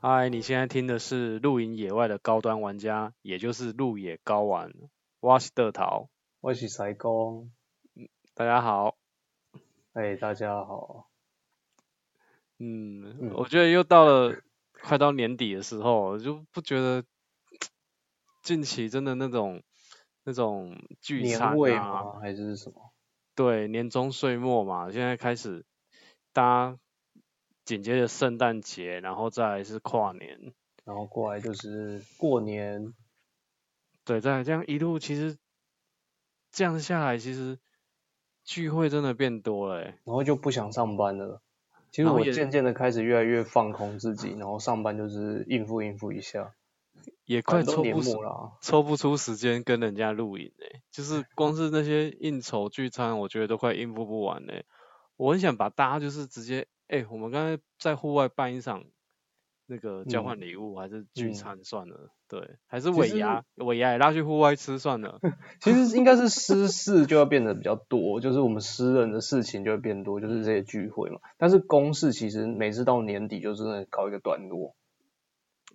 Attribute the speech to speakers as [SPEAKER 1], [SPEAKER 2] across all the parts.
[SPEAKER 1] 嗨，你现在听的是露营野外的高端玩家，也就是露野高玩。我是德桃，
[SPEAKER 2] 我是塞工，
[SPEAKER 1] 大家好。
[SPEAKER 2] 哎、大家好，
[SPEAKER 1] 嗯，
[SPEAKER 2] 嗯
[SPEAKER 1] 我觉得又到了快到年底的时候，我就不觉得近期真的那种那种聚餐
[SPEAKER 2] 年
[SPEAKER 1] 啊，
[SPEAKER 2] 味吗？还是什么？
[SPEAKER 1] 对，年终岁末嘛，现在开始，大家紧接着圣诞节，然后再来是跨年，
[SPEAKER 2] 然后过来就是过年，
[SPEAKER 1] 对，再来这样一路，其实这样下来，其实聚会真的变多了欸、
[SPEAKER 2] 然后就不想上班了。其实
[SPEAKER 1] 然后
[SPEAKER 2] 我
[SPEAKER 1] 也
[SPEAKER 2] 渐渐的开始越来越放空自己，然后上班就是应付应付一下。
[SPEAKER 1] 也快
[SPEAKER 2] 反正
[SPEAKER 1] 抽
[SPEAKER 2] 都年
[SPEAKER 1] 不出
[SPEAKER 2] 末啦，
[SPEAKER 1] 抽不出时间跟人家露营哎、就是 光是那些应酬聚餐，我觉得都快应付不完哎、我很想把大家就是直接哎、我们刚才在户外办一场那个交换礼物、还是聚
[SPEAKER 2] 嗯
[SPEAKER 1] 餐算了，对，还是
[SPEAKER 2] 其
[SPEAKER 1] 尾
[SPEAKER 2] 实
[SPEAKER 1] 牙尾牙也拉去户外吃算了，
[SPEAKER 2] 其实应该是私事就要变得比较多，就是我们私人的事情就会变多，就是这些聚会嘛。但是公事其实每次到年底就真的告一个段落。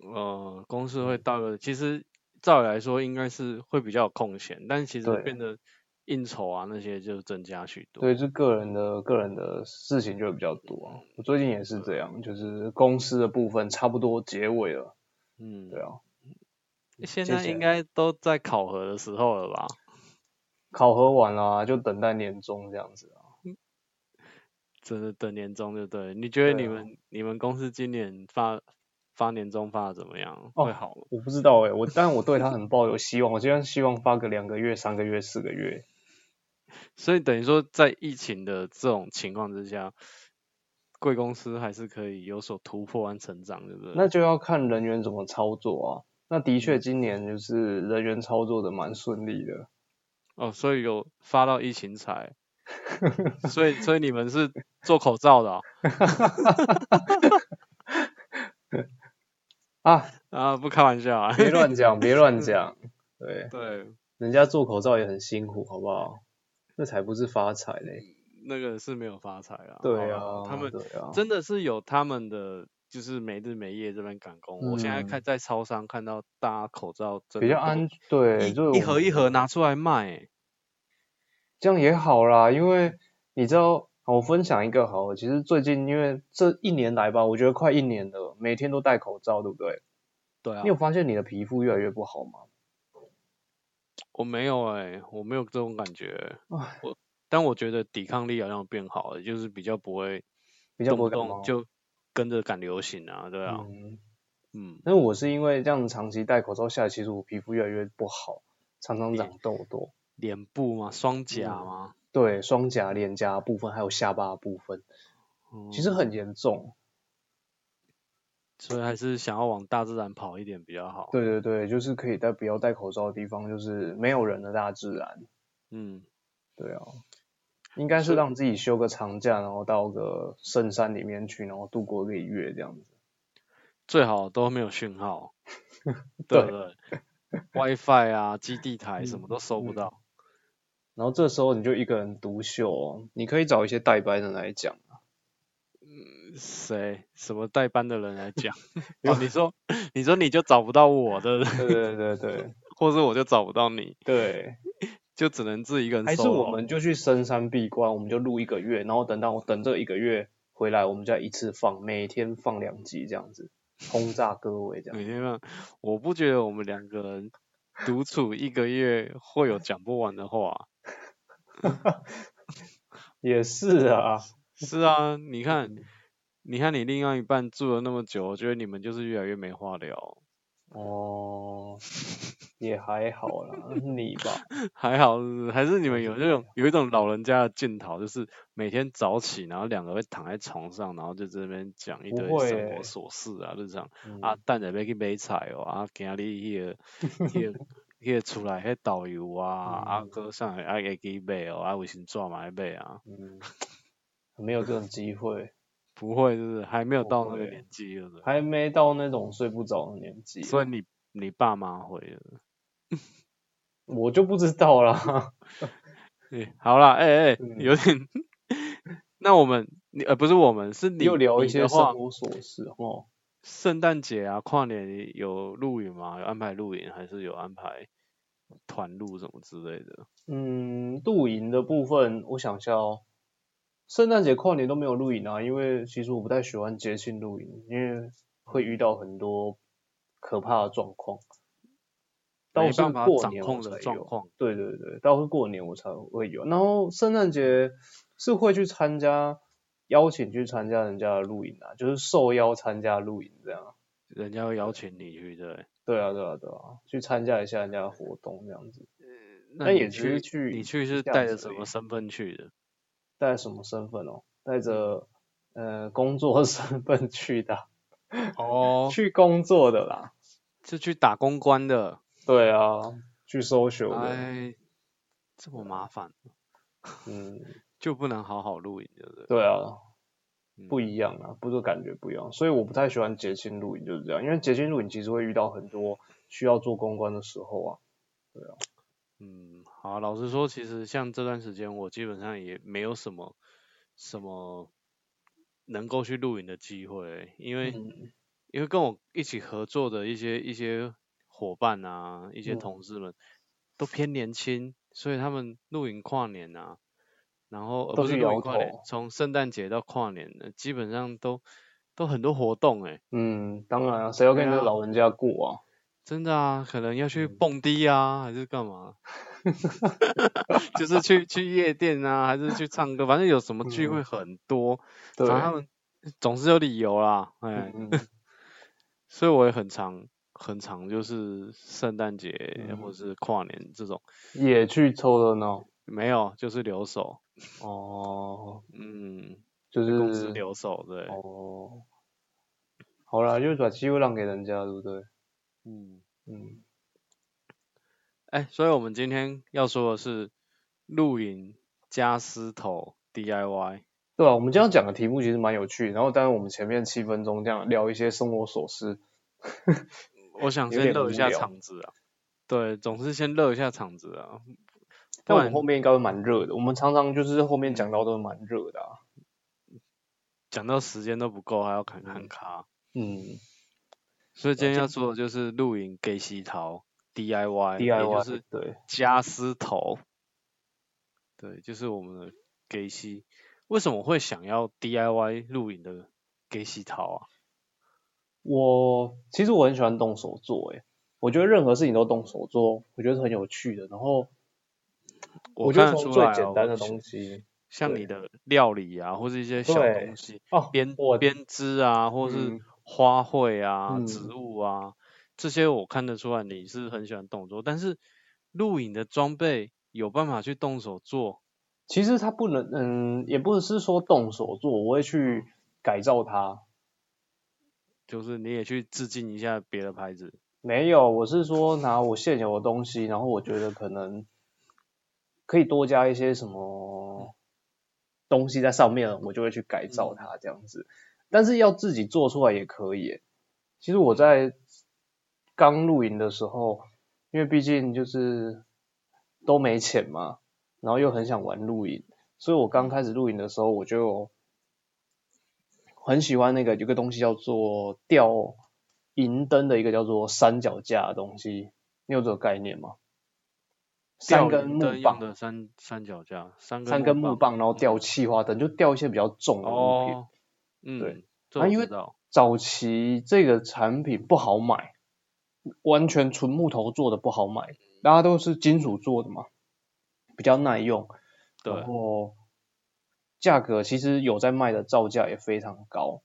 [SPEAKER 1] 呃，公司
[SPEAKER 2] 嗯
[SPEAKER 1] 会到了，其实照理来说应该是会比较有空闲，但其实
[SPEAKER 2] 对
[SPEAKER 1] 变得应酬啊那些就增加许多，
[SPEAKER 2] 对，就个人的个人的事情就会比较多啊。我最近也是这样，就是公司的部分差不多结尾了，
[SPEAKER 1] 嗯，
[SPEAKER 2] 对啊。
[SPEAKER 1] 现
[SPEAKER 2] 接
[SPEAKER 1] 在
[SPEAKER 2] 下
[SPEAKER 1] 应
[SPEAKER 2] 来
[SPEAKER 1] 该都在考核的时候了吧？
[SPEAKER 2] 考核完啦、就等待年终这样子啊。
[SPEAKER 1] 真的等年终就对了。你觉得
[SPEAKER 2] 对
[SPEAKER 1] 你
[SPEAKER 2] 啊
[SPEAKER 1] 们、你们公司今年发发年终发的怎么样？
[SPEAKER 2] 哦
[SPEAKER 1] 会好吗？
[SPEAKER 2] 我不知道诶、欸我但我对他很抱有希望，我就然希望发个两个月、三个月、四个月。
[SPEAKER 1] 所以等于说，在疫情的这种情况之下，贵公司还是可以有所突破和成长，对不对？
[SPEAKER 2] 那就要看人员怎么操作啊。那的确今年就是人员操作的蛮顺利的，
[SPEAKER 1] 哦，所以有发到疫情 财，所以所以你们是做口罩的哦、
[SPEAKER 2] 啊，
[SPEAKER 1] 啊？不开玩笑 啊，
[SPEAKER 2] 别乱讲，别乱讲，对，
[SPEAKER 1] 对，
[SPEAKER 2] 人家做口罩也很辛苦，好不好？这才不是发财嘞，
[SPEAKER 1] 那个是没有发财啦。
[SPEAKER 2] 对
[SPEAKER 1] 嗯好
[SPEAKER 2] 啊
[SPEAKER 1] 啦，他们
[SPEAKER 2] 对啊，
[SPEAKER 1] 真的是有他们的，就是没日没夜这边赶工。我现在
[SPEAKER 2] 嗯
[SPEAKER 1] 看在超商看到大家口罩真
[SPEAKER 2] 比
[SPEAKER 1] 的
[SPEAKER 2] 较
[SPEAKER 1] 都
[SPEAKER 2] 安，对，就是
[SPEAKER 1] 一一
[SPEAKER 2] 我
[SPEAKER 1] 盒
[SPEAKER 2] 们
[SPEAKER 1] 一盒拿出来卖、欸。
[SPEAKER 2] 这样也好啦，因为你知道，好我分享一个好了，其实最近因为这一年来吧，我觉得快一年了，每天都戴口罩，对不对？
[SPEAKER 1] 对啊
[SPEAKER 2] 你，有发现你的皮肤越来越不好吗？
[SPEAKER 1] 我没有哎、我没有这种感觉
[SPEAKER 2] 唉。
[SPEAKER 1] 我但我觉得抵抗力好像变好了，就是比较不会
[SPEAKER 2] 比较
[SPEAKER 1] 动不
[SPEAKER 2] 不会感
[SPEAKER 1] 动
[SPEAKER 2] 冒。
[SPEAKER 1] 就跟着赶流行啊，对啊，
[SPEAKER 2] 嗯，
[SPEAKER 1] 嗯，
[SPEAKER 2] 但是我是因为这样长期戴口罩下来，其实我皮肤越来越不好，常常
[SPEAKER 1] 嗯
[SPEAKER 2] 长痘痘。
[SPEAKER 1] 脸部嘛，双颊
[SPEAKER 2] 嗯
[SPEAKER 1] 嘛，
[SPEAKER 2] 对，双颊、脸颊的部分还有下巴的部分，其实
[SPEAKER 1] 嗯，
[SPEAKER 2] 很严重。
[SPEAKER 1] 所以还是想要往大自然跑一点比较好。，
[SPEAKER 2] 对对对，就是可以在不要戴口罩的地方，就是没有人的大啊自然。
[SPEAKER 1] 嗯，
[SPEAKER 2] 对啊，应该
[SPEAKER 1] 所
[SPEAKER 2] 是
[SPEAKER 1] 以
[SPEAKER 2] 让自己休个长假，然后到个深山里面去，然后度过一个月这样子。
[SPEAKER 1] 最好都没有讯 号，对不对？WiFi 啊，基 地台什么都收不
[SPEAKER 2] 嗯
[SPEAKER 1] 到。
[SPEAKER 2] 然后这时候你就一个人独秀哦，你可以找一些代班人来讲啊。
[SPEAKER 1] 谁什么代班的人来 讲？哦，你说你说你就找不到我的，
[SPEAKER 2] 对对对对
[SPEAKER 1] 或是我就找不到你，
[SPEAKER 2] 对，哦
[SPEAKER 1] 就只能自己一个人 solo。
[SPEAKER 2] 还是我们就去深山闭关，我们就录一个月，然后等到等这一个月回来，我们再一次放，每天放两集这样子，轰炸各位这样。
[SPEAKER 1] 每天让我不觉得我们两个人独处一个月会有讲不完的话。
[SPEAKER 2] 也是啊，
[SPEAKER 1] 是啊，你看你看你另外一半住了那么久，我觉得你们就是越来越没话聊。
[SPEAKER 2] 哦，也还好啦， 你吧。
[SPEAKER 1] 还好，还是你们有那
[SPEAKER 2] 啊
[SPEAKER 1] 种有一种老人家的劲头，就是每天早起，然后两个会躺在床上，然后就在那边讲一
[SPEAKER 2] 不
[SPEAKER 1] 堆
[SPEAKER 2] 会
[SPEAKER 1] 生活
[SPEAKER 2] 欸
[SPEAKER 1] 琐事啊，日常啊
[SPEAKER 2] 嗯，，
[SPEAKER 1] 等下要去买菜哦，啊，今日迄个迄 个迄个厝内迄导游啊，啊，
[SPEAKER 2] 嗯
[SPEAKER 1] 搁上啊会去买哦，啊，卫生纸嘛要买啊，
[SPEAKER 2] 嗯，没有这种机会。
[SPEAKER 1] 不会就是还没有
[SPEAKER 2] 不
[SPEAKER 1] 到那个
[SPEAKER 2] 会啊
[SPEAKER 1] 年纪，对不对？
[SPEAKER 2] 还没到那种睡不着的年纪，
[SPEAKER 1] 所以你你爸妈会的，
[SPEAKER 2] 我就不知道 啦。
[SPEAKER 1] 欸好啦，哎、哎、
[SPEAKER 2] 嗯
[SPEAKER 1] 有点 ，那我们你呃不是我们是你
[SPEAKER 2] 又聊一
[SPEAKER 1] 你的
[SPEAKER 2] 些
[SPEAKER 1] 话
[SPEAKER 2] 生活琐事哦，
[SPEAKER 1] 圣诞节啊、跨年有露营吗？有安排露营，还是有安排团露什么之类的？
[SPEAKER 2] 嗯，露营的部分，我想一下哦。圣诞节、跨年都没有露营啊，因为其实我不太喜欢节庆露营，因为会遇到很多可怕的状况。倒
[SPEAKER 1] 没
[SPEAKER 2] 是
[SPEAKER 1] 办法
[SPEAKER 2] 过
[SPEAKER 1] 掌
[SPEAKER 2] 年
[SPEAKER 1] 控
[SPEAKER 2] 我
[SPEAKER 1] 的
[SPEAKER 2] 才
[SPEAKER 1] 状
[SPEAKER 2] 有，
[SPEAKER 1] 况，
[SPEAKER 2] 对对对，倒是过年我才会有。然后圣诞节是会去参加，邀请去参加人家的露营啊，就是受邀参加露营这样。
[SPEAKER 1] 人家会邀请你去，对不对。
[SPEAKER 2] 对啊对啊对啊，去参加一下人家的活动这样子。
[SPEAKER 1] 那
[SPEAKER 2] 但
[SPEAKER 1] 你
[SPEAKER 2] 也只是
[SPEAKER 1] 去，
[SPEAKER 2] 去
[SPEAKER 1] 你去是
[SPEAKER 2] 一下
[SPEAKER 1] 带
[SPEAKER 2] 子
[SPEAKER 1] 着什
[SPEAKER 2] 而
[SPEAKER 1] 么
[SPEAKER 2] 已
[SPEAKER 1] 身份去的？
[SPEAKER 2] 带什么身份哦？带着
[SPEAKER 1] 嗯
[SPEAKER 2] 呃工作 身份去的啊，
[SPEAKER 1] 哦，
[SPEAKER 2] 去工作的啦。
[SPEAKER 1] 是去打公关的，
[SPEAKER 2] 对啊，去 social 的，
[SPEAKER 1] 哎，这么麻烦，
[SPEAKER 2] 嗯，
[SPEAKER 1] 就不能好好露营，对不对？
[SPEAKER 2] 对啊，
[SPEAKER 1] 嗯
[SPEAKER 2] 不一样啊，不是感觉不一样，所以我不太喜欢节庆露营就是这样，因为节庆露营其实会遇到很多需要做公关的时候啊，
[SPEAKER 1] 嗯，好，老实说，其实像这段时间，我基本上也没有什么什么能够去露营的机会，因为、
[SPEAKER 2] 嗯
[SPEAKER 1] 因为跟我一起合作的一些一些伙伴啊，一些
[SPEAKER 2] 嗯
[SPEAKER 1] 同事们、都偏年轻，所以他们露营跨年啊，然后呃
[SPEAKER 2] 都
[SPEAKER 1] 不是
[SPEAKER 2] 去
[SPEAKER 1] 露营
[SPEAKER 2] 摇
[SPEAKER 1] 跨年
[SPEAKER 2] 头，
[SPEAKER 1] 从圣诞节到跨年，呃基本上都都很多活动欸诶、
[SPEAKER 2] 嗯，当然啊，谁要
[SPEAKER 1] 对
[SPEAKER 2] 跟你这
[SPEAKER 1] 啊
[SPEAKER 2] 老人家过啊，
[SPEAKER 1] 真的啊，可能要去
[SPEAKER 2] 嗯
[SPEAKER 1] 蹦迪啊，还是干嘛？ 就是去去夜店啊，还是去唱歌，反正有什么聚会
[SPEAKER 2] 嗯，
[SPEAKER 1] 很多，
[SPEAKER 2] 对，
[SPEAKER 1] 反正他们总是有理由啦，哎，
[SPEAKER 2] 嗯
[SPEAKER 1] 所以我也很常很常就是圣诞节或
[SPEAKER 2] 嗯，
[SPEAKER 1] 是跨年这种，
[SPEAKER 2] 也去凑热闹，
[SPEAKER 1] 没有就是留守，
[SPEAKER 2] 哦，
[SPEAKER 1] 嗯，
[SPEAKER 2] 就
[SPEAKER 1] 在公司
[SPEAKER 2] 是，
[SPEAKER 1] 留守，对，
[SPEAKER 2] 哦，好啦，就把机会让给人家，对不对？
[SPEAKER 1] 嗯，
[SPEAKER 2] 嗯，
[SPEAKER 1] 哎，所以我们今天要说的是露营加狮头 DIY，
[SPEAKER 2] 对啊，我们今天要讲的题目其实蛮有趣的，然后当然我们前面七分钟这样聊一些生活琐事，
[SPEAKER 1] 我想
[SPEAKER 2] 有
[SPEAKER 1] 先
[SPEAKER 2] 点
[SPEAKER 1] 热一
[SPEAKER 2] 无
[SPEAKER 1] 下
[SPEAKER 2] 聊，
[SPEAKER 1] 场子啊，对，总是先热一下场子啊，不
[SPEAKER 2] 但我们
[SPEAKER 1] 然
[SPEAKER 2] 后面应该会蛮热的，我们常常就是后面讲
[SPEAKER 1] 嗯，
[SPEAKER 2] 到都蛮热的啊，
[SPEAKER 1] 讲到时间都不够，还要砍砍
[SPEAKER 2] 嗯
[SPEAKER 1] 咖。
[SPEAKER 2] 嗯，
[SPEAKER 1] 所以今
[SPEAKER 2] 对啊，
[SPEAKER 1] 天
[SPEAKER 2] 今
[SPEAKER 1] 要说的就是露营给洗桃
[SPEAKER 2] 嗯
[SPEAKER 1] DIY，也就
[SPEAKER 2] DIY
[SPEAKER 1] 是
[SPEAKER 2] 对，
[SPEAKER 1] 家私头，对，就是我们的给洗。为什么会想要 DIY 露营的给洗桃啊？
[SPEAKER 2] 我其实我很喜欢动手做，诶，我觉得任何事情都动手做，我觉得是很有趣的，然后
[SPEAKER 1] 我
[SPEAKER 2] 我觉得
[SPEAKER 1] 看得
[SPEAKER 2] 从
[SPEAKER 1] 出
[SPEAKER 2] 最
[SPEAKER 1] 来
[SPEAKER 2] 简
[SPEAKER 1] 啊，
[SPEAKER 2] 单
[SPEAKER 1] 我
[SPEAKER 2] 的
[SPEAKER 1] 是
[SPEAKER 2] 东西，
[SPEAKER 1] 像你
[SPEAKER 2] 对
[SPEAKER 1] 的料理啊，或是一些小东
[SPEAKER 2] 对，
[SPEAKER 1] 西，
[SPEAKER 2] 哦，
[SPEAKER 1] 编
[SPEAKER 2] 我
[SPEAKER 1] 编织啊，或是
[SPEAKER 2] 嗯
[SPEAKER 1] 花卉啊、植
[SPEAKER 2] 嗯
[SPEAKER 1] 物啊，这些我看得出来你是很喜欢动手，但是露营的装备有办法去动手做，
[SPEAKER 2] 其实它不能，嗯，也不是说动手做，我会去
[SPEAKER 1] 嗯。
[SPEAKER 2] 改造它。
[SPEAKER 1] 就是你也去致敬一下别的牌子。
[SPEAKER 2] 没有，我是说拿我现有的东西，然后我觉得可能可以多加一些什么东西在上面，我就会去改造
[SPEAKER 1] 嗯
[SPEAKER 2] 它这样子。但是要自己做出来也可以耶。其实我
[SPEAKER 1] 嗯
[SPEAKER 2] 在刚露营的时候，因为毕竟就是都没钱嘛，然后又很想玩露营，所以我刚
[SPEAKER 1] 嗯
[SPEAKER 2] 开始露营的时候，我就很喜欢那个有个东西叫做吊银灯的一个叫做三脚架的东西，你有这个概念吗？
[SPEAKER 1] 吊
[SPEAKER 2] 三根
[SPEAKER 1] 银
[SPEAKER 2] 木
[SPEAKER 1] 灯用
[SPEAKER 2] 棒，
[SPEAKER 1] 的三三脚架，三根
[SPEAKER 2] 三
[SPEAKER 1] 木
[SPEAKER 2] 根木
[SPEAKER 1] 棒，
[SPEAKER 2] 棒，然后吊
[SPEAKER 1] 嗯，
[SPEAKER 2] 气化灯，就吊一些比较重的物品。
[SPEAKER 1] 哦，
[SPEAKER 2] 对，
[SPEAKER 1] 嗯，这
[SPEAKER 2] 啊，
[SPEAKER 1] 我
[SPEAKER 2] 因
[SPEAKER 1] 知
[SPEAKER 2] 为
[SPEAKER 1] 道，
[SPEAKER 2] 早期这个产品不好买，完全纯木头做的不好买，大家都是金属做的嘛，比较耐用，然
[SPEAKER 1] 对，
[SPEAKER 2] 后价格其实有在卖的造价也非常高。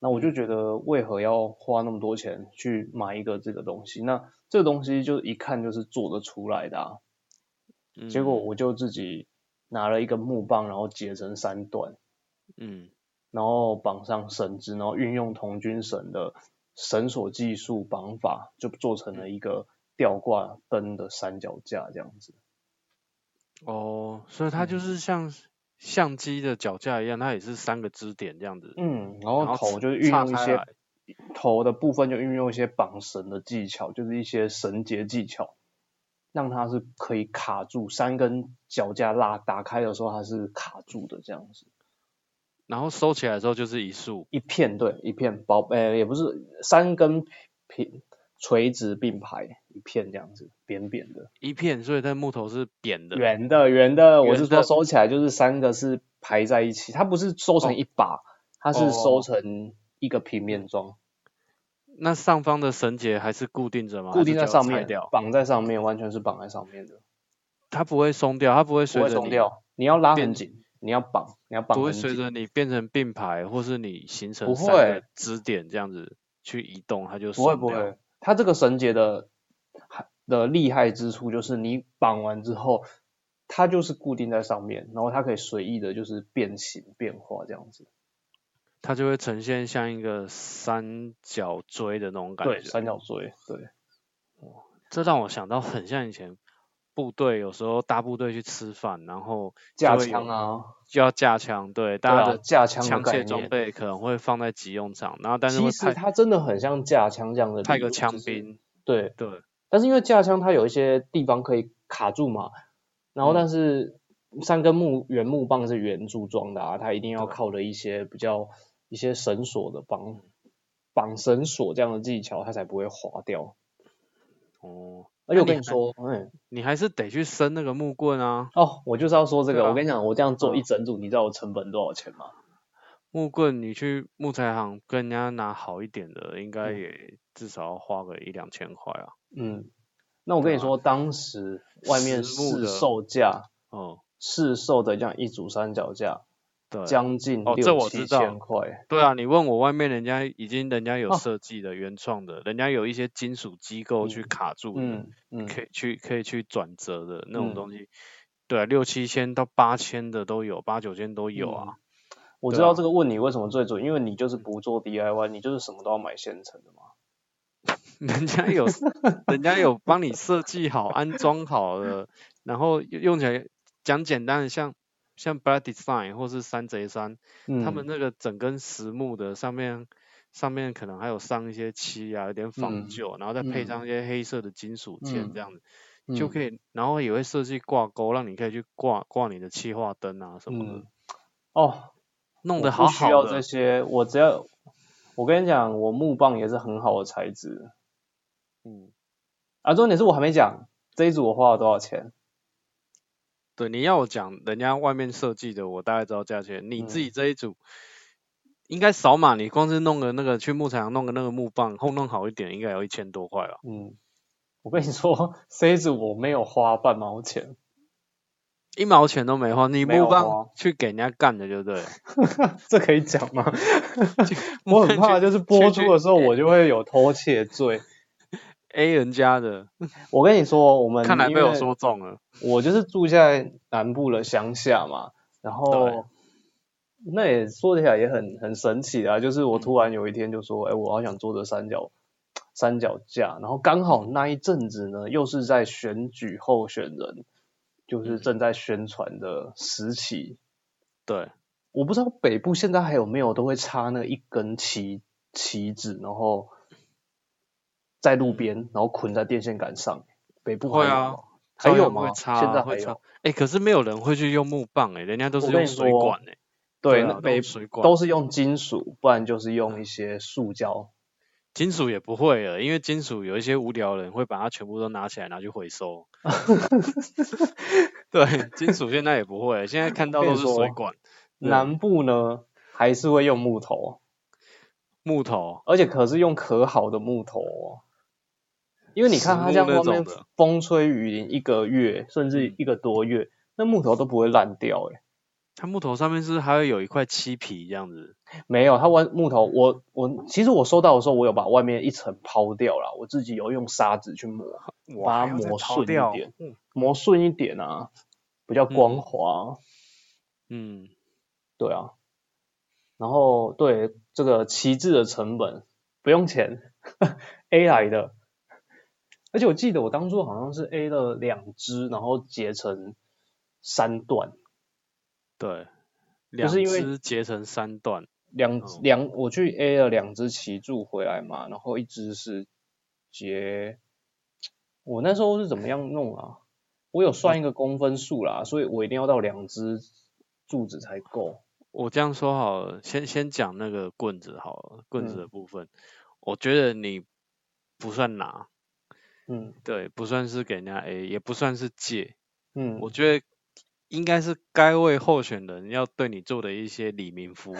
[SPEAKER 2] 那我就
[SPEAKER 1] 嗯
[SPEAKER 2] 觉得，为何要花那么多钱去买一个这个东西？那这个东西就一看就是做得出来的啊。结果
[SPEAKER 1] 嗯
[SPEAKER 2] 我就自己拿了一根木棒，然后截成三段，
[SPEAKER 1] 嗯
[SPEAKER 2] 然后绑上绳子，然后运用童军绳的绳索技术绑法，就做成
[SPEAKER 1] 嗯，
[SPEAKER 2] 了一个吊挂灯的三脚架这样子。
[SPEAKER 1] 哦，所以它就
[SPEAKER 2] 嗯
[SPEAKER 1] 是像是相机的脚架一样，它也是三个支点这样子，
[SPEAKER 2] 嗯，然后
[SPEAKER 1] 然后
[SPEAKER 2] 头就是运
[SPEAKER 1] 岔
[SPEAKER 2] 用一
[SPEAKER 1] 开
[SPEAKER 2] 些
[SPEAKER 1] 来，
[SPEAKER 2] 头的部分，就运用一些绑绳的技巧，就是一些绳结技巧，让它是可以卡住三根脚架拉打开的时候，它是卡住的这样子。
[SPEAKER 1] 然后收起来的时候就是一束，
[SPEAKER 2] 一片对一片包，呃，也不是三根平垂直并排一片这样子，扁扁的，
[SPEAKER 1] 一片，所以它木头是扁的，
[SPEAKER 2] 圆的圆的，我是
[SPEAKER 1] 圆的
[SPEAKER 2] 说收起来就是三个是排在一起，它不是收
[SPEAKER 1] 哦
[SPEAKER 2] 成一把，它是收成一个平面装，
[SPEAKER 1] 那上方的绳结还是固定着吗？
[SPEAKER 2] 固定在
[SPEAKER 1] 还是就要
[SPEAKER 2] 上
[SPEAKER 1] 拆
[SPEAKER 2] 面
[SPEAKER 1] 掉，，
[SPEAKER 2] 绑在上面，完全是绑在上面的，
[SPEAKER 1] 它不会松掉，它不会
[SPEAKER 2] 不
[SPEAKER 1] 随
[SPEAKER 2] 会
[SPEAKER 1] 着
[SPEAKER 2] 松
[SPEAKER 1] 你，
[SPEAKER 2] 掉，你要拉
[SPEAKER 1] 变
[SPEAKER 2] 很紧，你要绑，你要绑
[SPEAKER 1] 不会
[SPEAKER 2] 很
[SPEAKER 1] 随
[SPEAKER 2] 紧，
[SPEAKER 1] 着你变成并排，或是你形成
[SPEAKER 2] 不
[SPEAKER 1] 三个
[SPEAKER 2] 会
[SPEAKER 1] 支点这样子去移动，它就
[SPEAKER 2] 不会
[SPEAKER 1] 松
[SPEAKER 2] 不
[SPEAKER 1] 掉
[SPEAKER 2] 会，它这个绳结的的厉害之处就是你绑完之后。它就是固定在上面，然后它可以随意的，就是变形变化这样子。
[SPEAKER 1] 它就会呈现像一个三角锥的那种感
[SPEAKER 2] 对，
[SPEAKER 1] 觉。
[SPEAKER 2] 三角锥，对，
[SPEAKER 1] 这让我想到很像以前部队有时候大部队去吃饭，然后
[SPEAKER 2] 架
[SPEAKER 1] 就会有
[SPEAKER 2] 枪啊，
[SPEAKER 1] 就要架枪，对，
[SPEAKER 2] 对
[SPEAKER 1] 大家
[SPEAKER 2] 啊
[SPEAKER 1] 的
[SPEAKER 2] 架枪的
[SPEAKER 1] 枪
[SPEAKER 2] 概
[SPEAKER 1] 械装
[SPEAKER 2] 念，
[SPEAKER 1] 备可能会放在急用场，然后但是会
[SPEAKER 2] 其实
[SPEAKER 1] 派
[SPEAKER 2] 它真的很像架枪这样的
[SPEAKER 1] 派
[SPEAKER 2] 理
[SPEAKER 1] 个
[SPEAKER 2] 论
[SPEAKER 1] 枪
[SPEAKER 2] 就是
[SPEAKER 1] 兵，
[SPEAKER 2] 对，
[SPEAKER 1] 对，
[SPEAKER 2] 但是因为架枪它有一些地方可以卡住嘛，然后
[SPEAKER 1] 嗯
[SPEAKER 2] 但是三根木原木棒是圆柱状的啊，它一定要
[SPEAKER 1] 对
[SPEAKER 2] 靠着一些比较一些绳索的绑绑绳索这样的技巧，它才不会滑掉。
[SPEAKER 1] 哦，
[SPEAKER 2] 而且我
[SPEAKER 1] 那你
[SPEAKER 2] 跟你
[SPEAKER 1] 还
[SPEAKER 2] 说，嗯，
[SPEAKER 1] 你还是得去伸那个木棍啊，
[SPEAKER 2] 哦，我就是要说这
[SPEAKER 1] 对
[SPEAKER 2] 个，
[SPEAKER 1] 啊
[SPEAKER 2] 我跟你讲，我这样做
[SPEAKER 1] 嗯
[SPEAKER 2] 一整组，你知道我成本多少钱吗？
[SPEAKER 1] 木棍你去木材行跟人家拿好一点的，应该
[SPEAKER 2] 嗯
[SPEAKER 1] 也至少要花个一两千块啊，
[SPEAKER 2] 嗯，那我跟你
[SPEAKER 1] 对啊
[SPEAKER 2] 说，当时外面
[SPEAKER 1] 实木
[SPEAKER 2] 市
[SPEAKER 1] 的
[SPEAKER 2] 售价
[SPEAKER 1] 哦，
[SPEAKER 2] 市售的这样一组三脚架，
[SPEAKER 1] 对，
[SPEAKER 2] 将近
[SPEAKER 1] 哦这
[SPEAKER 2] 六
[SPEAKER 1] 我知
[SPEAKER 2] 七
[SPEAKER 1] 道
[SPEAKER 2] 千块。
[SPEAKER 1] 对啊，你问我外面人家已经人家有
[SPEAKER 2] 哦
[SPEAKER 1] 设计的、原创的，人家有一些金属机构去
[SPEAKER 2] 嗯
[SPEAKER 1] 卡住的，
[SPEAKER 2] 嗯嗯，
[SPEAKER 1] 可以去可以去转折的那种
[SPEAKER 2] 嗯
[SPEAKER 1] 东西，对啊，六七千到八千的都有，八九千都有啊。
[SPEAKER 2] 我
[SPEAKER 1] 对
[SPEAKER 2] 知道
[SPEAKER 1] 啊
[SPEAKER 2] 这个问你为什么最准，因为你就是不做 DIY，你就是什么都要买现成的嘛。
[SPEAKER 1] 人家有人家有帮你设计好、安装好了，然后用起来讲简单的，像像 Black Design 或是山贼山，
[SPEAKER 2] 嗯，
[SPEAKER 1] 他们那个整根实木的上面上面可能还有上一些漆啊，有点仿
[SPEAKER 2] 嗯
[SPEAKER 1] 旧，然后再配
[SPEAKER 2] 嗯
[SPEAKER 1] 上一些黑色的金属件
[SPEAKER 2] 嗯
[SPEAKER 1] 这样子、就可
[SPEAKER 2] 以
[SPEAKER 1] 以，然后也会设计挂钩，让你可以去挂挂你的气化灯啊什么的，
[SPEAKER 2] 嗯哦，
[SPEAKER 1] 弄
[SPEAKER 2] 我
[SPEAKER 1] 得
[SPEAKER 2] 不
[SPEAKER 1] 好
[SPEAKER 2] 需要
[SPEAKER 1] 好
[SPEAKER 2] 这
[SPEAKER 1] 的。
[SPEAKER 2] 些，我只要我跟你讲，我木棒也是很好的材质
[SPEAKER 1] 嗯，
[SPEAKER 2] 啊。重点是我还没讲这一组我花了多少钱。
[SPEAKER 1] 对，你要我讲人家外面设计的，我大概知道价钱。你自
[SPEAKER 2] 嗯
[SPEAKER 1] 己这一组、应该少嘛，你光是弄个那个去木材行弄个那个木棒，后弄好一点，应该有一千多块吧？
[SPEAKER 2] 嗯，我跟你说，这一组我没有花半毛钱。
[SPEAKER 1] 一毛钱都没花，你
[SPEAKER 2] 没有
[SPEAKER 1] 木棒
[SPEAKER 2] 花
[SPEAKER 1] 去给人家干的就对了。
[SPEAKER 2] 这可以讲吗？ 我很怕，就是播出的时候我就会有偷窃罪。
[SPEAKER 1] A 人家的，
[SPEAKER 2] 我跟你说，我们
[SPEAKER 1] 看来
[SPEAKER 2] 因
[SPEAKER 1] 被我
[SPEAKER 2] 为
[SPEAKER 1] 说中了。
[SPEAKER 2] 我就是住在南部的乡下嘛，然
[SPEAKER 1] 对
[SPEAKER 2] 后那也说起来也很很神奇啊，就是我突然有一天就
[SPEAKER 1] 嗯
[SPEAKER 2] 说，哎、我好想做这三角三角架，然后刚好那一阵子呢，又是在选举候选人，就是
[SPEAKER 1] 嗯
[SPEAKER 2] 正在宣传的时期，
[SPEAKER 1] 对，
[SPEAKER 2] 我不知道北部现在还有没有都会插那一根旗旗子，然后在路边，然后捆在电线杆上。北部
[SPEAKER 1] 嗯
[SPEAKER 2] 还
[SPEAKER 1] 会
[SPEAKER 2] 有
[SPEAKER 1] 啊
[SPEAKER 2] 吗？还
[SPEAKER 1] 照
[SPEAKER 2] 有
[SPEAKER 1] 样会
[SPEAKER 2] 吗？
[SPEAKER 1] 插啊
[SPEAKER 2] 现在还
[SPEAKER 1] 会插
[SPEAKER 2] 有。
[SPEAKER 1] 哎、可是没有人会去用木棒哎、人家都是
[SPEAKER 2] 我跟
[SPEAKER 1] 用
[SPEAKER 2] 你
[SPEAKER 1] 水
[SPEAKER 2] 说
[SPEAKER 1] 管哎、
[SPEAKER 2] 对，
[SPEAKER 1] 啊
[SPEAKER 2] 那
[SPEAKER 1] 都
[SPEAKER 2] 北
[SPEAKER 1] 用水管
[SPEAKER 2] 都是用金属，不然就是用一些塑胶。
[SPEAKER 1] 金属也不会了，因为金属有一些无聊的人会把它全部都拿起来拿去回 收。对，金属现在也不会，现在看到
[SPEAKER 2] 跟
[SPEAKER 1] 都
[SPEAKER 2] 你
[SPEAKER 1] 是水
[SPEAKER 2] 说
[SPEAKER 1] 管、对
[SPEAKER 2] 南部呢还是会用木头，
[SPEAKER 1] 木头，
[SPEAKER 2] 而且可是用可好的木头哦。因为你看它这样
[SPEAKER 1] 实木那
[SPEAKER 2] 外
[SPEAKER 1] 种
[SPEAKER 2] 面
[SPEAKER 1] 的
[SPEAKER 2] 风吹雨淋一个月，甚至
[SPEAKER 1] 嗯
[SPEAKER 2] 一个多月，那木头都不会烂掉欸诶、
[SPEAKER 1] 它木头上面是不是还会有一块漆皮这样子？
[SPEAKER 2] 没有，它外木头，我我其实我收到的时候，我有把外面一层抛掉了，我自己有用砂纸去磨，
[SPEAKER 1] 哇
[SPEAKER 2] 把它
[SPEAKER 1] 还要再
[SPEAKER 2] 磨
[SPEAKER 1] 刨
[SPEAKER 2] 顺一
[SPEAKER 1] 掉
[SPEAKER 2] 点
[SPEAKER 1] 嗯
[SPEAKER 2] 磨顺一点啊，比较光
[SPEAKER 1] 嗯
[SPEAKER 2] 滑，
[SPEAKER 1] 嗯，
[SPEAKER 2] 对啊。然后对这个旗帜的成本不用钱 ，A 来的，而且我记得我当初好像是 A 了两只，然后结成三段，
[SPEAKER 1] 对，
[SPEAKER 2] 就
[SPEAKER 1] 两
[SPEAKER 2] 是因为
[SPEAKER 1] 只结成三段。
[SPEAKER 2] 两
[SPEAKER 1] 哦
[SPEAKER 2] 两，我去 A 了两只旗柱回来嘛，然后一只是结，我那时候是怎么样弄啊？我有算一个公分数啦，所以我一定要到两只柱子才够。
[SPEAKER 1] 我这样说好了，先先讲那个棍子好了，棍子的部分，我觉得你不算拿，
[SPEAKER 2] 嗯
[SPEAKER 1] 对，不算是给人家 A，也不算是借，
[SPEAKER 2] 嗯，
[SPEAKER 1] 我觉得应该是该位候选人要对你做的一些理民服务，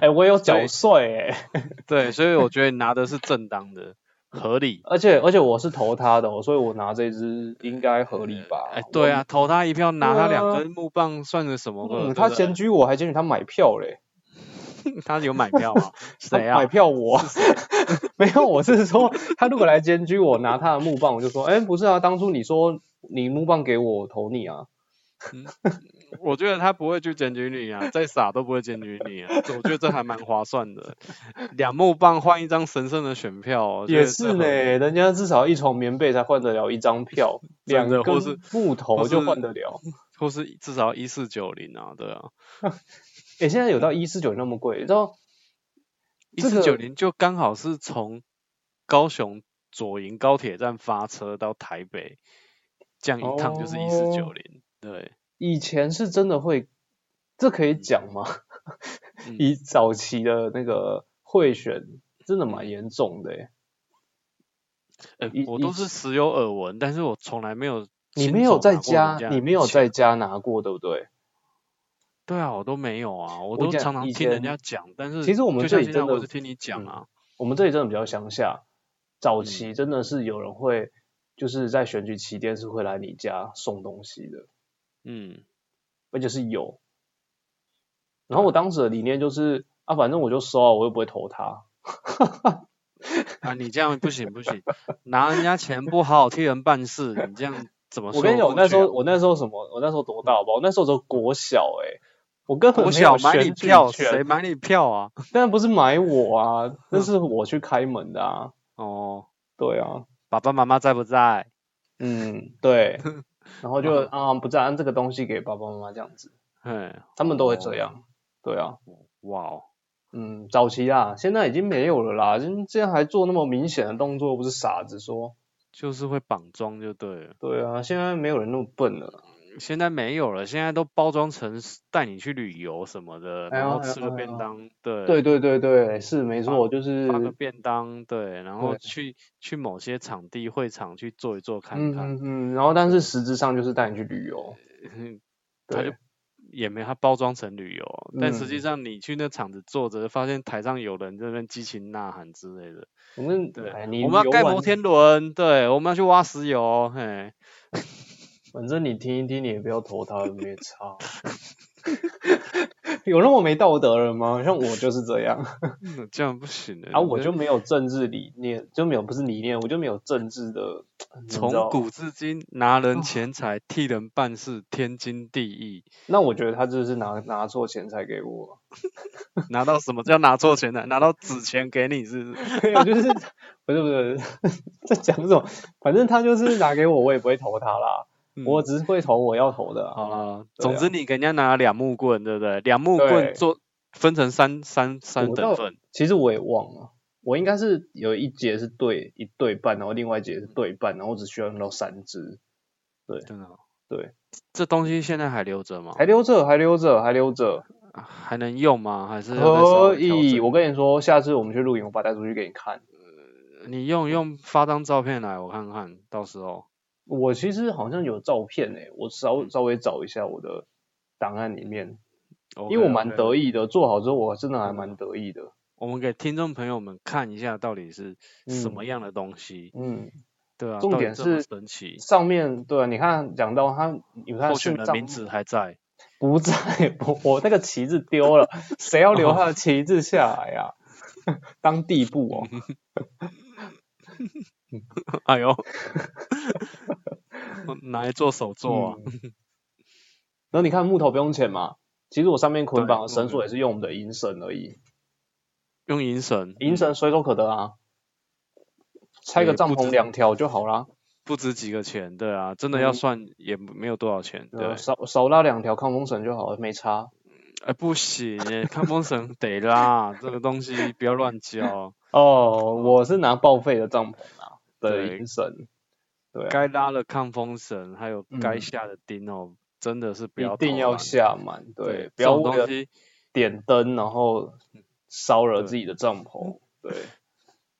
[SPEAKER 2] 哎、我有缴税哎、
[SPEAKER 1] 对，所以我觉得拿的是正当的、合理。
[SPEAKER 2] 而且而且我是投他的哦，所以我拿这只应该合理吧？
[SPEAKER 1] 哎，对啊，投他一票，拿他两
[SPEAKER 2] 对啊
[SPEAKER 1] 根木棒算个什么
[SPEAKER 2] 我，
[SPEAKER 1] 鬼？
[SPEAKER 2] 嗯，
[SPEAKER 1] 对
[SPEAKER 2] 他
[SPEAKER 1] 不
[SPEAKER 2] 检举我还检举他买票嘞，
[SPEAKER 1] 对他有买票 吗？
[SPEAKER 2] 他
[SPEAKER 1] 谁啊
[SPEAKER 2] 买？票我， 没有，我是说他如果来检举我拿他的木棒，我就说，哎、不是啊，当初你说你木棒给我，我投你啊，
[SPEAKER 1] 我觉得他不会去检举你啊，再傻都不会检举你啊。这我觉得这还蛮划算的，两木棒换一张神圣的选票、哦，我觉
[SPEAKER 2] 也
[SPEAKER 1] 得
[SPEAKER 2] 是
[SPEAKER 1] 这
[SPEAKER 2] 呢，
[SPEAKER 1] 合理
[SPEAKER 2] 人家至少一床棉被才换得了一张票，两
[SPEAKER 1] 真的
[SPEAKER 2] 根
[SPEAKER 1] 或是
[SPEAKER 2] 木
[SPEAKER 1] 或
[SPEAKER 2] 头
[SPEAKER 1] 是
[SPEAKER 2] 就换得了。
[SPEAKER 1] 或是至少一四九零啊，对啊，
[SPEAKER 2] 哎、现在有到一四九那么贵，你知道？
[SPEAKER 1] 一
[SPEAKER 2] 这
[SPEAKER 1] 四
[SPEAKER 2] 个
[SPEAKER 1] 九零就刚好是从高雄左营高铁站发车到台北，这样一趟就是一四九
[SPEAKER 2] 哦
[SPEAKER 1] 零，对，
[SPEAKER 2] 以前是真的会，这可以讲吗？
[SPEAKER 1] 嗯
[SPEAKER 2] 以早期的那个贿选，真的
[SPEAKER 1] 嗯
[SPEAKER 2] 蛮严重的、欸。
[SPEAKER 1] 呃
[SPEAKER 2] 一
[SPEAKER 1] 我
[SPEAKER 2] 一
[SPEAKER 1] 都是时有耳闻，但是我从来没有
[SPEAKER 2] 你
[SPEAKER 1] 亲
[SPEAKER 2] 没有
[SPEAKER 1] 手
[SPEAKER 2] 在
[SPEAKER 1] 拿过人
[SPEAKER 2] 家，
[SPEAKER 1] 的
[SPEAKER 2] 你没有
[SPEAKER 1] 钱
[SPEAKER 2] 在家拿过，对不对？
[SPEAKER 1] 对啊，我都没有啊，我
[SPEAKER 2] 我
[SPEAKER 1] 都
[SPEAKER 2] 讲
[SPEAKER 1] 常常
[SPEAKER 2] 以
[SPEAKER 1] 听人
[SPEAKER 2] 前
[SPEAKER 1] 家讲，但是
[SPEAKER 2] 其实我
[SPEAKER 1] 就
[SPEAKER 2] 们这
[SPEAKER 1] 像
[SPEAKER 2] 里
[SPEAKER 1] 现在
[SPEAKER 2] 真的
[SPEAKER 1] 我是听你讲
[SPEAKER 2] 嗯
[SPEAKER 1] 啊，
[SPEAKER 2] 我们这里真的比较乡
[SPEAKER 1] 嗯
[SPEAKER 2] 下，早期真的是有人会，就是在选举期间是会来你家送东西的，
[SPEAKER 1] 嗯，
[SPEAKER 2] 而且是有。然
[SPEAKER 1] 嗯
[SPEAKER 2] 后我当时的理念就是啊，反正我就收啊，我又不会投他。
[SPEAKER 1] 啊，你这样不行不行，拿人家钱不好好替人办事，你这样怎么
[SPEAKER 2] 我
[SPEAKER 1] 说
[SPEAKER 2] 跟
[SPEAKER 1] 得
[SPEAKER 2] 你讲，我
[SPEAKER 1] 过
[SPEAKER 2] 那
[SPEAKER 1] 去
[SPEAKER 2] 时候
[SPEAKER 1] 啊
[SPEAKER 2] 我那时候什么？我那时候多大好不好？我那时候只有国小哎、我根本
[SPEAKER 1] 国
[SPEAKER 2] 没有
[SPEAKER 1] 小买你
[SPEAKER 2] 选举
[SPEAKER 1] 票，谁嗯
[SPEAKER 2] 权，
[SPEAKER 1] 买你票啊？
[SPEAKER 2] 但不是买我啊，那是我去开门的啊。
[SPEAKER 1] 哦，
[SPEAKER 2] 对啊，
[SPEAKER 1] 爸爸妈妈在不在？
[SPEAKER 2] 嗯， 对。然后就
[SPEAKER 1] 嗯
[SPEAKER 2] 啊，不再按这个东西给爸爸妈妈这样子，
[SPEAKER 1] 嘿，
[SPEAKER 2] 他们都会
[SPEAKER 1] 哦
[SPEAKER 2] 这样。对啊，
[SPEAKER 1] 哇哦，
[SPEAKER 2] 嗯，早期啊，现在已经没有了啦。现这样还做那么明显的动作，不是傻子说？
[SPEAKER 1] 就是会绑装就对了，
[SPEAKER 2] 对啊，现在没有人那么笨了。
[SPEAKER 1] 现在没有了，现在都包装成是带你去旅游什么的，
[SPEAKER 2] 哎
[SPEAKER 1] 然
[SPEAKER 2] 呦
[SPEAKER 1] 后
[SPEAKER 2] 哎呦
[SPEAKER 1] 吃个
[SPEAKER 2] 哎
[SPEAKER 1] 便
[SPEAKER 2] 呦
[SPEAKER 1] 当，对
[SPEAKER 2] 对对对对，是没错，就是嗯
[SPEAKER 1] 发个便当，对，然后
[SPEAKER 2] 对
[SPEAKER 1] 去去某些场地会场去坐一坐看
[SPEAKER 2] 嗯
[SPEAKER 1] 看，
[SPEAKER 2] 嗯嗯，然后但是实质上就是带你去旅游，
[SPEAKER 1] 他就
[SPEAKER 2] 对
[SPEAKER 1] 嗯也没它包装成旅游，但实际
[SPEAKER 2] 嗯
[SPEAKER 1] 上你去那场子坐着，发现台上有人在那边激情呐喊之类的，
[SPEAKER 2] 反正
[SPEAKER 1] 对，
[SPEAKER 2] 哎，你
[SPEAKER 1] 我们要
[SPEAKER 2] 游
[SPEAKER 1] 盖
[SPEAKER 2] 玩
[SPEAKER 1] 摩，天轮，对，我们要去挖石油， 嘿，
[SPEAKER 2] 反正你听一听，你也不要投他，没差。啊 有那么没道德了吗？像我就是这样，
[SPEAKER 1] 嗯这样不行的、
[SPEAKER 2] 啊，我
[SPEAKER 1] 这
[SPEAKER 2] 就没有政治理念，就没有不是理念，我就没有政治的，你知道哦
[SPEAKER 1] 从古至今拿人钱财替人办事，天经地义。
[SPEAKER 2] 那我觉得他就是拿拿错钱财给我，啊
[SPEAKER 1] 拿到什么叫拿错钱财？拿到纸钱给你是不是？
[SPEAKER 2] 没有，就是不是不是在讲什么，反正他就是拿给我，我也不会投他啦，
[SPEAKER 1] 嗯哦
[SPEAKER 2] 我只是会投我要投的啊。
[SPEAKER 1] 好了，
[SPEAKER 2] 对
[SPEAKER 1] 总
[SPEAKER 2] 啊
[SPEAKER 1] 之你给人家拿了两木棍，对不对？两木棍
[SPEAKER 2] 对
[SPEAKER 1] 做分成三三三
[SPEAKER 2] 我
[SPEAKER 1] 等
[SPEAKER 2] 倒
[SPEAKER 1] 份，
[SPEAKER 2] 其实我也忘了，我应该是有一节是对一对半，然后另外一节是对半，然后我只需要用到三只，
[SPEAKER 1] 真的哦。
[SPEAKER 2] 对
[SPEAKER 1] 这东西现在还留着吗？
[SPEAKER 2] 还留着，还留着，还留着，
[SPEAKER 1] 啊还能用吗？还是要再稍
[SPEAKER 2] 可
[SPEAKER 1] 微调
[SPEAKER 2] 以。
[SPEAKER 1] 整
[SPEAKER 2] 我跟你说，下次我们去露营，我把它带出去给你看。
[SPEAKER 1] 你用用发张照片来，我看看，到时候
[SPEAKER 2] 我其实好像有照片诶、我稍稍微找一下我的档案里面，因为我蛮
[SPEAKER 1] 意。
[SPEAKER 2] 得意的，做好之后我真的还蛮得意的。
[SPEAKER 1] 我们给听众朋友们看一下，到底是什
[SPEAKER 2] 嗯
[SPEAKER 1] 么样的东西？
[SPEAKER 2] 嗯，
[SPEAKER 1] 对啊，
[SPEAKER 2] 重
[SPEAKER 1] 到底
[SPEAKER 2] 点
[SPEAKER 1] 这么
[SPEAKER 2] 是
[SPEAKER 1] 神奇，
[SPEAKER 2] 上面对啊，你看讲到他，你看
[SPEAKER 1] 候选
[SPEAKER 2] 去
[SPEAKER 1] 人
[SPEAKER 2] 上
[SPEAKER 1] 名字还在。
[SPEAKER 2] 不在， 我我那个旗帜丢了，谁要留他的旗帜下来呀、 当地步哦，
[SPEAKER 1] 哎 呦，我拿来做手作啊？
[SPEAKER 2] 嗯 然后你看木头不用钱嘛，其实我上面捆绑的
[SPEAKER 1] 对
[SPEAKER 2] 绳索也是用我们的银绳而已，
[SPEAKER 1] 用银绳，
[SPEAKER 2] 银绳随手可得啊，拆个
[SPEAKER 1] 也
[SPEAKER 2] 帐
[SPEAKER 1] 不止
[SPEAKER 2] 篷两条就好啦，
[SPEAKER 1] 不值几个钱，对啊，真的要
[SPEAKER 2] 嗯
[SPEAKER 1] 算也没有多少钱，对
[SPEAKER 2] 呃，。少少拉两条抗风绳就好了，没差。
[SPEAKER 1] 哎，不行耶，看风绳得啦，这个东西不要乱 交，
[SPEAKER 2] 哦，我是拿报废的帐篷啊的
[SPEAKER 1] 对
[SPEAKER 2] 银绳，对啊，
[SPEAKER 1] 该拉的抗风绳，还有该
[SPEAKER 2] 嗯
[SPEAKER 1] 下的钉哦，真的是不要
[SPEAKER 2] 一定
[SPEAKER 1] 偷
[SPEAKER 2] 要
[SPEAKER 1] 懒
[SPEAKER 2] 下满，对
[SPEAKER 1] 对，，
[SPEAKER 2] 不要
[SPEAKER 1] 这种
[SPEAKER 2] 为
[SPEAKER 1] 东
[SPEAKER 2] 了
[SPEAKER 1] 西，
[SPEAKER 2] 点灯然后烧了自己的帐篷，对，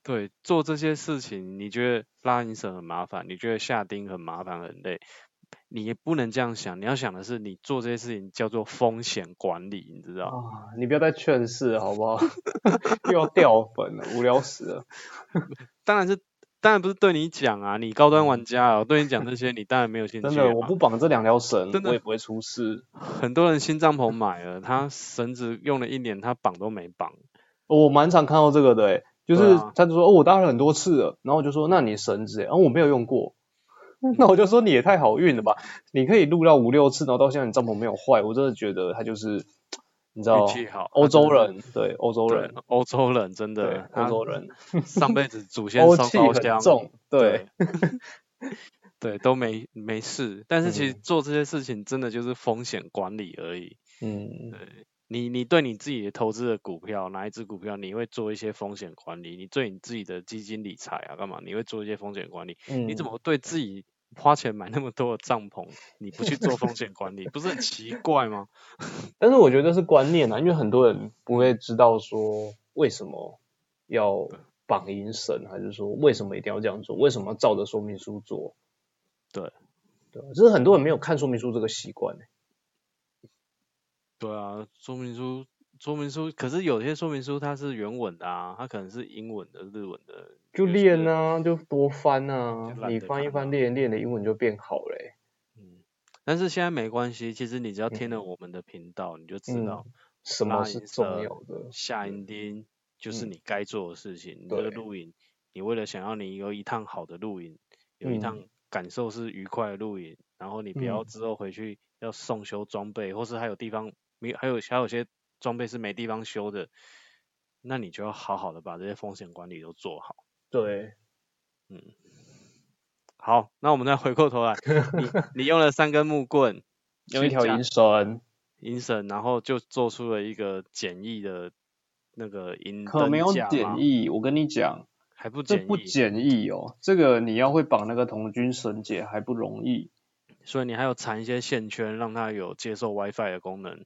[SPEAKER 1] 对，做这些事情，你觉得拉引绳很麻烦，你觉得下钉很麻烦很累，你也不能这样想，你要想的是你做这些事情叫做风险管理，你知道？
[SPEAKER 2] 啊，你不要再劝世了好不好？ 又要掉粉了，无聊死了。
[SPEAKER 1] 当然是，当然不是对你讲啊，你高端玩家啊，我对你讲这些，你当然没有兴趣、啊。
[SPEAKER 2] 嗯真的，我不绑这两条绳
[SPEAKER 1] 真，的
[SPEAKER 2] 我也不会出事。
[SPEAKER 1] 很多人新帐篷买了，他绳子用了一年，他绑都没绑。
[SPEAKER 2] 哦我蛮常看到这个的、欸，就是
[SPEAKER 1] 对啊
[SPEAKER 2] 他就说、哦，我搭了很多次了，然后我就说那你绳子、欸，然、后我没有用过， 那我就说你也太好运了吧，你可以录到五六次，然后到现在你帐篷没有坏，我真的觉得他就是你知道
[SPEAKER 1] 运气好，
[SPEAKER 2] 欧
[SPEAKER 1] 他真
[SPEAKER 2] 洲
[SPEAKER 1] 的是
[SPEAKER 2] 人对欧洲
[SPEAKER 1] 对
[SPEAKER 2] 人
[SPEAKER 1] 欧洲人真
[SPEAKER 2] 对
[SPEAKER 1] 的，
[SPEAKER 2] 欧
[SPEAKER 1] 他
[SPEAKER 2] 洲人
[SPEAKER 1] 上辈子祖先
[SPEAKER 2] 欧
[SPEAKER 1] 烧
[SPEAKER 2] 气
[SPEAKER 1] 高
[SPEAKER 2] 很
[SPEAKER 1] 香，
[SPEAKER 2] 重，对，
[SPEAKER 1] 对，都没没事。但是其实
[SPEAKER 2] 嗯
[SPEAKER 1] 做这些事情真的就是风险管理而已。
[SPEAKER 2] 嗯
[SPEAKER 1] 你你对你自己的投资的股票，哪一只股票你会做一些风险管理？你对你自己的基金理财啊，干嘛你会做一些风险管理？
[SPEAKER 2] 嗯，
[SPEAKER 1] 你怎么对自己花钱买那么多的帐篷，你不去做风险管理，不是很奇怪吗？
[SPEAKER 2] 嗯但是我觉得是观念啊，因为很多人不会知道说为什么要绑银绳，还是说为什么一定要这样做，为什么要照着说明书做？
[SPEAKER 1] 对，
[SPEAKER 2] 对啊，就是很多人没有看说明书这个习惯、欸、
[SPEAKER 1] 对啊，说明书说明书，可是有些说明书它是原文的啊，它可能是英文的、日文的，
[SPEAKER 2] 就
[SPEAKER 1] 有些
[SPEAKER 2] 练啊，就多翻啊
[SPEAKER 1] 就，懒
[SPEAKER 2] 你
[SPEAKER 1] 得
[SPEAKER 2] 翻一
[SPEAKER 1] 看
[SPEAKER 2] 翻，
[SPEAKER 1] 啊
[SPEAKER 2] 练一练，你的英文就变好欸嘞、
[SPEAKER 1] 嗯，但是现在没关系，其实你只要听了我们的频道，你就知道
[SPEAKER 2] 嗯什么
[SPEAKER 1] 拉
[SPEAKER 2] 是
[SPEAKER 1] 银
[SPEAKER 2] 重
[SPEAKER 1] 色
[SPEAKER 2] 要的？
[SPEAKER 1] 下营钉就是
[SPEAKER 2] 嗯
[SPEAKER 1] 你该做的事情。你这个
[SPEAKER 2] 对
[SPEAKER 1] 露营，你为了想要你有一趟好的露营，有一
[SPEAKER 2] 嗯
[SPEAKER 1] 趟感受是愉快的露营，然后你不要
[SPEAKER 2] 嗯
[SPEAKER 1] 之后回去要送修装备，或是还有地方没，还有还有些装备是没地方修的，那你就要好好的把这些风险管理都做好。
[SPEAKER 2] 对，
[SPEAKER 1] 好，那我们再回过头来，你你用了三根木棍，
[SPEAKER 2] 用一
[SPEAKER 1] 去
[SPEAKER 2] 条
[SPEAKER 1] 架
[SPEAKER 2] 银绳，
[SPEAKER 1] 银绳，然后就做出了一个简易的那个银
[SPEAKER 2] 可
[SPEAKER 1] 灯
[SPEAKER 2] 没有
[SPEAKER 1] 架吗
[SPEAKER 2] 简易，我跟你讲，
[SPEAKER 1] 还不
[SPEAKER 2] 这
[SPEAKER 1] 简
[SPEAKER 2] 不
[SPEAKER 1] 易，
[SPEAKER 2] 简易哦，这个你要会绑那个童军绳结还不容易。
[SPEAKER 1] 所以你还有缠一些线圈，让它有接受 WiFi 的功能。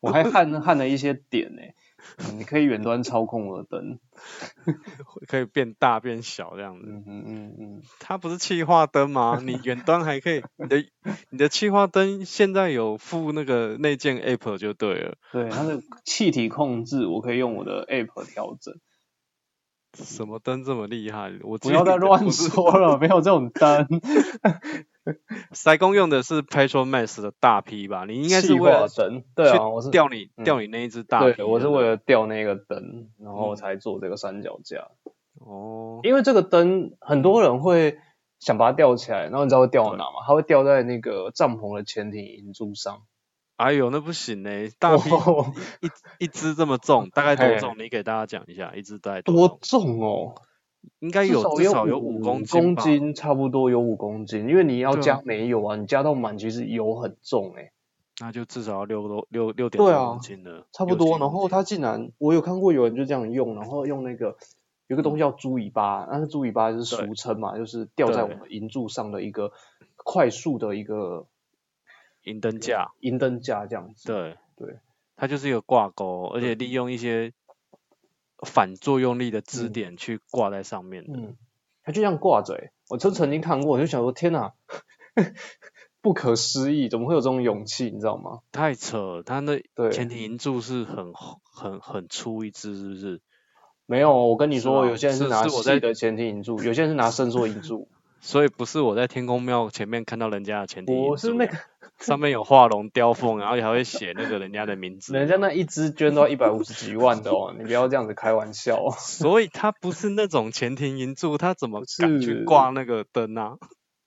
[SPEAKER 2] 我还焊焊了一些点呢、嗯你可以远端操控我的灯。
[SPEAKER 1] 可以变大变小这样子。
[SPEAKER 2] 嗯嗯嗯嗯，
[SPEAKER 1] 它不是气化灯吗？你远端还可以，你的你的气化灯现在有附那个内建 app 就对了，
[SPEAKER 2] 对，它的气体控制，我可以用我的 app 调整。
[SPEAKER 1] 什么灯这么厉害？我
[SPEAKER 2] 不要再乱
[SPEAKER 1] 说。
[SPEAKER 2] 说了，没有这种 灯。
[SPEAKER 1] 塞工用的是 Petrol Max 的大 P 吧？你应该是
[SPEAKER 2] 气
[SPEAKER 1] 为
[SPEAKER 2] 化
[SPEAKER 1] 了
[SPEAKER 2] 灯，对啊，我是
[SPEAKER 1] 钓你
[SPEAKER 2] 嗯
[SPEAKER 1] 钓你那一只大 P，
[SPEAKER 2] 对，我是
[SPEAKER 1] 不
[SPEAKER 2] 为了吊那个灯，然后
[SPEAKER 1] 嗯
[SPEAKER 2] 才做这个三脚架。
[SPEAKER 1] 哦，
[SPEAKER 2] 因为这个灯，很多人会想把它吊起来，然后你知道会吊
[SPEAKER 1] 对
[SPEAKER 2] 哪吗？它会吊在那个帐篷的前庭银柱上。
[SPEAKER 1] 哎呦那不行嘞，大 P
[SPEAKER 2] 哦
[SPEAKER 1] 一一只这么重，大概多
[SPEAKER 2] 嘿
[SPEAKER 1] 重？你给大家讲一下，一只大概多
[SPEAKER 2] 多
[SPEAKER 1] 重？
[SPEAKER 2] 重哦！
[SPEAKER 1] 应该
[SPEAKER 2] 至
[SPEAKER 1] 有
[SPEAKER 2] 少
[SPEAKER 1] 至
[SPEAKER 2] 有
[SPEAKER 1] 少有
[SPEAKER 2] 五
[SPEAKER 1] 公
[SPEAKER 2] 斤，
[SPEAKER 1] 吧？
[SPEAKER 2] 差不多有五公斤，因为你要
[SPEAKER 1] 对啊
[SPEAKER 2] 加煤油啊，你加到满其实油很重哎、
[SPEAKER 1] 那就至少要六多六六点多
[SPEAKER 2] 对啊
[SPEAKER 1] 公斤了，
[SPEAKER 2] 差不
[SPEAKER 1] 六
[SPEAKER 2] 多。
[SPEAKER 1] 七
[SPEAKER 2] 然后
[SPEAKER 1] 公斤
[SPEAKER 2] 它竟然，我有看过有人就这样用，然后用那个有个东西叫猪尾巴，那个猪尾巴就
[SPEAKER 1] 嗯
[SPEAKER 2] 是
[SPEAKER 1] 对
[SPEAKER 2] 俗称嘛，就是吊在我
[SPEAKER 1] 对
[SPEAKER 2] 们银柱上的一个快速的一个
[SPEAKER 1] 银灯架，
[SPEAKER 2] 银灯架这样子。
[SPEAKER 1] 对
[SPEAKER 2] 对，
[SPEAKER 1] 它就是有挂钩，而且利用一些反作用力的支
[SPEAKER 2] 嗯
[SPEAKER 1] 点去挂在上面的。
[SPEAKER 2] 嗯，它就这样挂着、欸，我就曾经看过，我就想说天哪， 不可思议，怎么会有这种勇气，你知道吗？
[SPEAKER 1] 太扯了，它那
[SPEAKER 2] 对，
[SPEAKER 1] 前庭银柱是很厚很很粗一只，是不是？
[SPEAKER 2] 没有，我跟你
[SPEAKER 1] 是
[SPEAKER 2] 说，
[SPEAKER 1] 吗
[SPEAKER 2] 有些人
[SPEAKER 1] 是
[SPEAKER 2] 拿
[SPEAKER 1] 是我
[SPEAKER 2] 细
[SPEAKER 1] 在
[SPEAKER 2] 的前庭引柱，有些人是拿伸缩引柱。
[SPEAKER 1] 所以不是我在天宫庙前面看到人家的前庭银柱，啊
[SPEAKER 2] 我是那个
[SPEAKER 1] 上面有画龙雕凤，然后还会写那个人家的名字。
[SPEAKER 2] 人家那一支捐到一百五十几万的哦，你不要这样子开玩笑哦。
[SPEAKER 1] 所以它不是那种前庭银柱，它怎么
[SPEAKER 2] 不
[SPEAKER 1] 敢去
[SPEAKER 2] 是
[SPEAKER 1] 挂那个灯啊？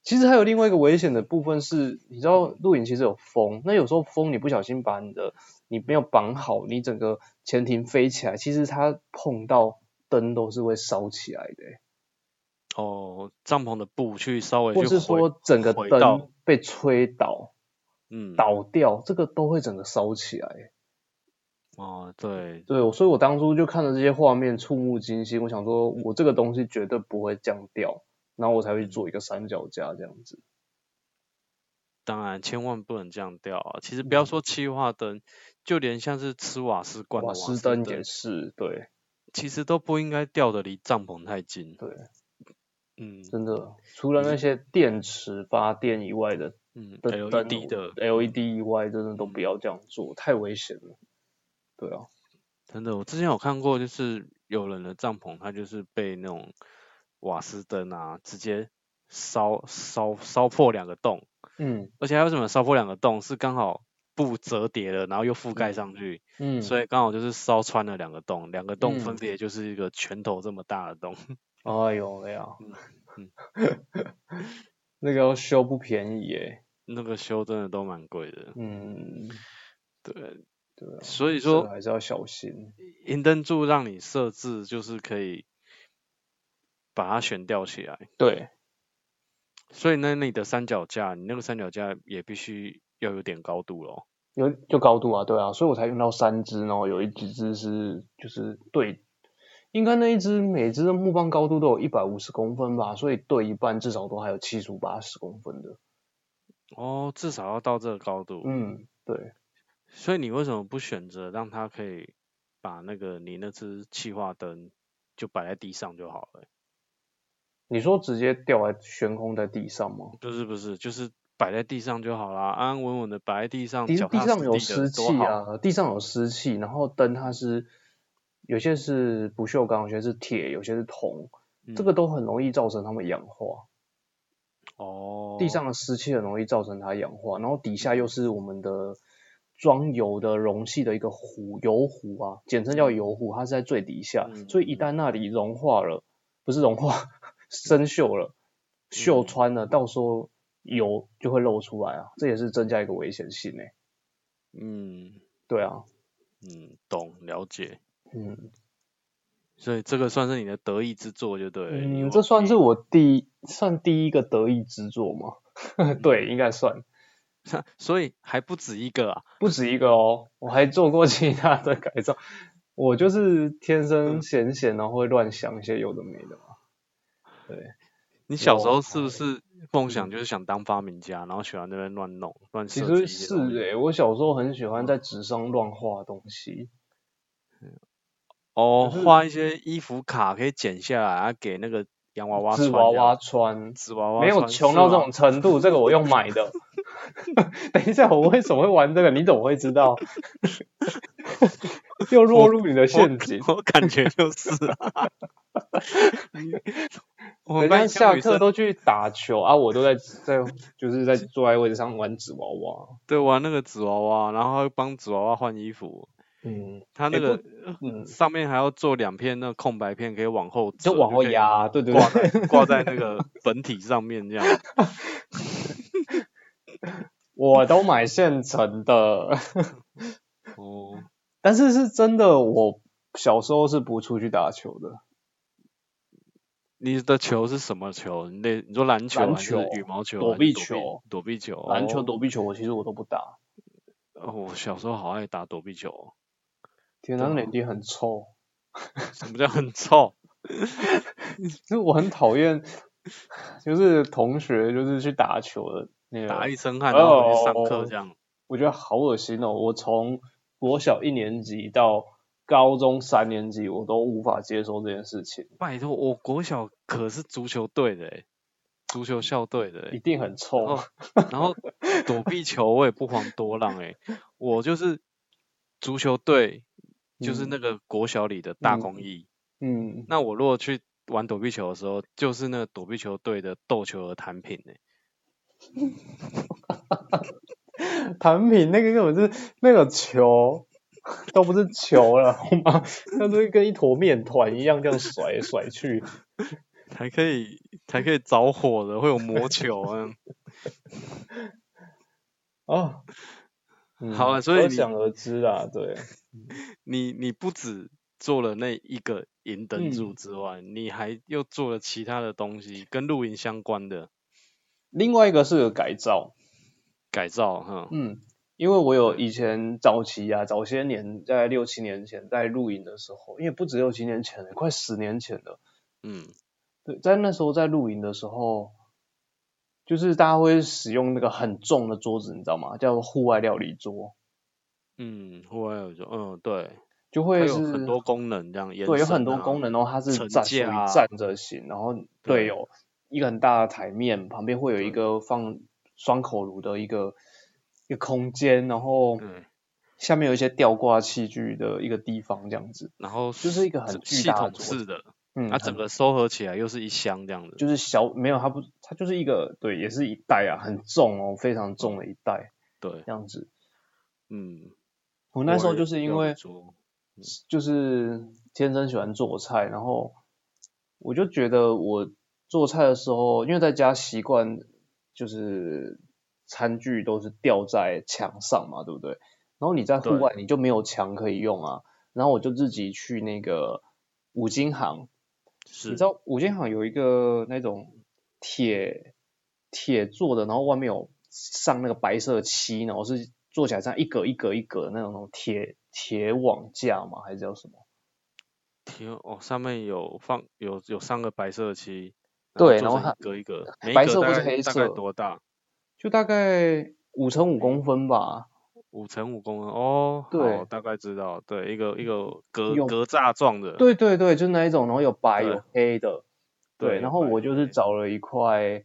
[SPEAKER 2] 其实还有另外一个危险的部分是，你知道露营其实有风，那有时候风你不小心把你的你没有绑好，你整个前庭飞起来，其实它碰到灯都是会烧起来的欸，
[SPEAKER 1] 哦，帐篷的布去稍微去
[SPEAKER 2] 或是
[SPEAKER 1] 回
[SPEAKER 2] 说整个
[SPEAKER 1] 回到
[SPEAKER 2] 灯被吹倒
[SPEAKER 1] 嗯
[SPEAKER 2] 倒掉，这个都会整个烧起来欸。
[SPEAKER 1] 哦，对，
[SPEAKER 2] 对，所以我当初就看着这些画面触目惊心，我想说我这个东西绝对不会降掉，然后我才会做一个三脚架这样子。
[SPEAKER 1] 当然千万不能这样掉啊！其实不要说气化灯，就连像是吃瓦斯罐的嗯
[SPEAKER 2] 嗯瓦斯灯也是，对
[SPEAKER 1] 其实都不应该吊的离帐篷太近。
[SPEAKER 2] 对，
[SPEAKER 1] 嗯
[SPEAKER 2] 真的，除了那些电池发电以外的
[SPEAKER 1] 嗯
[SPEAKER 2] 的灯
[SPEAKER 1] ，LED 的嗯
[SPEAKER 2] LED 以外，真的都不要这样做，太危险了。对啊，
[SPEAKER 1] 真的，我之前有看过，就是有人的帐篷，它就是被那种瓦斯灯啊，直接烧烧烧破两个洞，
[SPEAKER 2] 嗯
[SPEAKER 1] 而且还有什么烧破两个洞，是刚好布折叠了，然后又覆盖上去，
[SPEAKER 2] 嗯，
[SPEAKER 1] 所以刚好就是烧穿了两个洞，两个洞分
[SPEAKER 2] 嗯
[SPEAKER 1] 别就是一个拳头这么大的洞。
[SPEAKER 2] 哎呦哎呀
[SPEAKER 1] 嗯，
[SPEAKER 2] 那个要修不便宜耶，
[SPEAKER 1] 那个修真的都蛮贵的，
[SPEAKER 2] 嗯，
[SPEAKER 1] 对，
[SPEAKER 2] 对啊，
[SPEAKER 1] 所以
[SPEAKER 2] 这
[SPEAKER 1] 说
[SPEAKER 2] 还是要小心。
[SPEAKER 1] 银灯柱让你设置就是可以把它悬吊起来，
[SPEAKER 2] 对，
[SPEAKER 1] 所以呢，你的三脚架，你那个三脚架也必须要有点高度咯。
[SPEAKER 2] 有就高度啊，对啊，所以我才用到三只，然后有一只只是就是对，应该那一只每只的木棒高度都有一百五十公分吧，所以对一半至少都还有七十五八十公分的。
[SPEAKER 1] 哦，至少要到这个高度。
[SPEAKER 2] 嗯，对，
[SPEAKER 1] 所以你为什么不选择让它可以把那个你那只气化灯就摆在地上就好了？欸
[SPEAKER 2] 你说直接吊在悬空在地上吗？
[SPEAKER 1] 不是不是，就是摆在地上就好啦，安安稳稳的摆在地上，
[SPEAKER 2] 地
[SPEAKER 1] 脚
[SPEAKER 2] 地
[SPEAKER 1] 踏
[SPEAKER 2] 上
[SPEAKER 1] 实
[SPEAKER 2] 有
[SPEAKER 1] 地的
[SPEAKER 2] 湿
[SPEAKER 1] 多
[SPEAKER 2] 气
[SPEAKER 1] 好。
[SPEAKER 2] 啊，地上有湿气，然后灯它是有些是不锈钢，有些是铁，有些是铜，这个
[SPEAKER 1] 嗯
[SPEAKER 2] 都很容易造成它们氧化。
[SPEAKER 1] 哦，
[SPEAKER 2] 地上的湿气很容易造成它氧化，然后底下又是我们的装油的容器的一个壶，油壶啊，简称叫油壶，它是在最底下，
[SPEAKER 1] 嗯
[SPEAKER 2] 所以一旦那里融化了，不是融化， 生锈了，锈
[SPEAKER 1] 嗯
[SPEAKER 2] 穿了，到时候油就会漏出来啊，这也是增加一个危险性诶、
[SPEAKER 1] 嗯
[SPEAKER 2] 对啊，
[SPEAKER 1] 嗯，懂了解。
[SPEAKER 2] 嗯
[SPEAKER 1] 所以这个算是你的得意之作就对了。你
[SPEAKER 2] 嗯，
[SPEAKER 1] 忘
[SPEAKER 2] 这算
[SPEAKER 1] 记
[SPEAKER 2] 是我第一算第一个得意之作吗？
[SPEAKER 1] 嗯
[SPEAKER 2] 对，应该算，
[SPEAKER 1] 所以还不止一个啊。
[SPEAKER 2] 不止一个哦，我还做过 其他的改造。我就是天
[SPEAKER 1] 嗯
[SPEAKER 2] 生闲闲，然后会乱想一些有的没的嘛。
[SPEAKER 1] 你小时
[SPEAKER 2] 有
[SPEAKER 1] 候是不
[SPEAKER 2] 哎
[SPEAKER 1] 是梦想就是想当发明家，然后喜欢那边乱弄、乱
[SPEAKER 2] 其
[SPEAKER 1] 设计
[SPEAKER 2] 实
[SPEAKER 1] 一些
[SPEAKER 2] 是欸
[SPEAKER 1] 东西？
[SPEAKER 2] 诶、我小时候很喜欢在纸上乱画东西。
[SPEAKER 1] 哦，
[SPEAKER 2] 可是
[SPEAKER 1] 画一些衣服卡可以剪下来，啊，给那个洋娃娃
[SPEAKER 2] 纸
[SPEAKER 1] 穿这样，
[SPEAKER 2] 娃娃穿，
[SPEAKER 1] 纸娃娃
[SPEAKER 2] 没有
[SPEAKER 1] 穿
[SPEAKER 2] 穷
[SPEAKER 1] 是
[SPEAKER 2] 到这
[SPEAKER 1] 吗
[SPEAKER 2] 种程度，这个我用 买的。等一下，我为什么会玩这个？你怎么会知道？ 又落入你的陷阱。
[SPEAKER 1] 我感觉就是啊。 你我们
[SPEAKER 2] 人家
[SPEAKER 1] 班
[SPEAKER 2] 下
[SPEAKER 1] 下
[SPEAKER 2] 课
[SPEAKER 1] 课
[SPEAKER 2] 都去打球啊，我都在在就是在坐在位置上玩纸娃娃。
[SPEAKER 1] 对玩那个纸娃娃，然后还帮纸娃娃换衣服，
[SPEAKER 2] 嗯
[SPEAKER 1] 它那
[SPEAKER 2] 也不
[SPEAKER 1] 个
[SPEAKER 2] 嗯，
[SPEAKER 1] 上面还要做两片那个空白片，可以往后
[SPEAKER 2] 就
[SPEAKER 1] 折
[SPEAKER 2] 往后
[SPEAKER 1] 可以
[SPEAKER 2] 压，对对对
[SPEAKER 1] 挂。在挂在那个本体上面这样。
[SPEAKER 2] 我都买现成的，
[SPEAKER 1] 哦，
[SPEAKER 2] 但是是真的，我小时候是不出去打球的，
[SPEAKER 1] 你的球是什么球？你那你说篮球
[SPEAKER 2] 篮
[SPEAKER 1] 还是
[SPEAKER 2] 球
[SPEAKER 1] 羽毛球
[SPEAKER 2] 躲
[SPEAKER 1] 还是
[SPEAKER 2] 避球
[SPEAKER 1] 球、躲避球、
[SPEAKER 2] 篮球、
[SPEAKER 1] 哦
[SPEAKER 2] 躲避球，我其实我都不打。
[SPEAKER 1] 哦我小时候好爱打躲避球哦，
[SPEAKER 2] 天哪，
[SPEAKER 1] 对啊
[SPEAKER 2] 那脸皮很臭，
[SPEAKER 1] 什么叫很臭？
[SPEAKER 2] 就是我很讨厌， 就是同学就是去打球的那个，
[SPEAKER 1] 打一身汗，然后回去上
[SPEAKER 2] 哦
[SPEAKER 1] 课这样。
[SPEAKER 2] 我觉得好恶心哦！我从国小一年级到高中三年级，我都无法接受这件事情，
[SPEAKER 1] 拜托，我国小可是足球队的欸，足球校队的
[SPEAKER 2] 一
[SPEAKER 1] 欸，
[SPEAKER 2] 定很臭。
[SPEAKER 1] 哦然后躲避球我也不遑多让哎，我就是足球队，就是
[SPEAKER 2] 嗯
[SPEAKER 1] 那个国小里的大
[SPEAKER 2] 嗯
[SPEAKER 1] 公益。
[SPEAKER 2] 嗯，
[SPEAKER 1] 那我如果去玩躲避球的时候，就是那个躲避球队的斗球和弹品哎。
[SPEAKER 2] 弹品那个根本是那个球 都不是球了，好吗？ 那都是跟一坨面团一样这样甩来甩去。
[SPEAKER 1] 还可以还可以着火的，会有魔球啊。
[SPEAKER 2] 啊，嗯
[SPEAKER 1] 好啊所以
[SPEAKER 2] 可
[SPEAKER 1] 你
[SPEAKER 2] 想而知啦，对，
[SPEAKER 1] 你你不止做了那一个银灯
[SPEAKER 2] 嗯
[SPEAKER 1] 柱之外，你还又做了其他的东西，跟露营相关的
[SPEAKER 2] 另外一个是个改造，
[SPEAKER 1] 改造哈。
[SPEAKER 2] 嗯，因为我有以前早期啊，早些年在六七年前在露营的时候，因为不止六七年前了，快十年前了，
[SPEAKER 1] 嗯
[SPEAKER 2] 对，在那时候在露营的时候，就是大家会使用那个很重的桌子，你知道吗？叫户外料理桌，
[SPEAKER 1] 嗯，户外有就嗯对，
[SPEAKER 2] 就
[SPEAKER 1] 它
[SPEAKER 2] 会
[SPEAKER 1] 有
[SPEAKER 2] 是
[SPEAKER 1] 很多功能这样，
[SPEAKER 2] 对，有
[SPEAKER 1] 延
[SPEAKER 2] 很
[SPEAKER 1] 伸
[SPEAKER 2] 多
[SPEAKER 1] 啊
[SPEAKER 2] 功能，然后它是
[SPEAKER 1] 层
[SPEAKER 2] 站属于
[SPEAKER 1] 架啊
[SPEAKER 2] 站着型，然后对
[SPEAKER 1] 对
[SPEAKER 2] 有一个很大的台面，旁边会有一
[SPEAKER 1] 对
[SPEAKER 2] 个放双口炉的一个一个空间，然后
[SPEAKER 1] 对，
[SPEAKER 2] 下面有一些吊挂器具的一个地方，这样子，
[SPEAKER 1] 然后
[SPEAKER 2] 就是一个很
[SPEAKER 1] 整
[SPEAKER 2] 巨
[SPEAKER 1] 系
[SPEAKER 2] 大的
[SPEAKER 1] 统
[SPEAKER 2] 桌
[SPEAKER 1] 式的，
[SPEAKER 2] 嗯，
[SPEAKER 1] 它整
[SPEAKER 2] 很
[SPEAKER 1] 个收合起来又是一箱这样子，
[SPEAKER 2] 就是小没有它不它就是一个对，也是一袋啊，很重哦，非常重的一袋
[SPEAKER 1] 对，
[SPEAKER 2] 这样子。
[SPEAKER 1] 嗯，
[SPEAKER 2] 我那时候
[SPEAKER 1] 我也
[SPEAKER 2] 就是因
[SPEAKER 1] 料理
[SPEAKER 2] 为
[SPEAKER 1] 桌
[SPEAKER 2] 就是天生喜欢做菜，然后我就觉得我做菜的时候，因为在家习惯就是餐具都是吊在墙上嘛，对不对？然后你在户
[SPEAKER 1] 对
[SPEAKER 2] 外你就没有墙可以用啊，然后我就自己去那个五金行，
[SPEAKER 1] 是，
[SPEAKER 2] 你知道五金行有一个那种铁铁做的，然后外面有上那个白色的漆，然后是做起来像一格一格一格的那种铁铁网架嘛，还是叫什么？
[SPEAKER 1] 天哦，上面有放有有三个白色的漆，
[SPEAKER 2] 对
[SPEAKER 1] 做
[SPEAKER 2] 然后
[SPEAKER 1] 成
[SPEAKER 2] 它
[SPEAKER 1] 一格一格，每一
[SPEAKER 2] 白
[SPEAKER 1] 格
[SPEAKER 2] 色
[SPEAKER 1] 大
[SPEAKER 2] 或是
[SPEAKER 1] 概
[SPEAKER 2] 黑
[SPEAKER 1] 大概
[SPEAKER 2] 色
[SPEAKER 1] 多大？
[SPEAKER 2] 就大概五乘五公分吧，
[SPEAKER 1] 五乘五公分哦，
[SPEAKER 2] 对嗯
[SPEAKER 1] 好，大概知道，对，一个一个格
[SPEAKER 2] 有
[SPEAKER 1] 格栅状的，
[SPEAKER 2] 对对对，就是那一种，然后有白
[SPEAKER 1] 对
[SPEAKER 2] 有黑的，
[SPEAKER 1] 对
[SPEAKER 2] 对，
[SPEAKER 1] 有
[SPEAKER 2] 然后
[SPEAKER 1] 白
[SPEAKER 2] 我
[SPEAKER 1] 有
[SPEAKER 2] 就是
[SPEAKER 1] 黑
[SPEAKER 2] 找了一块，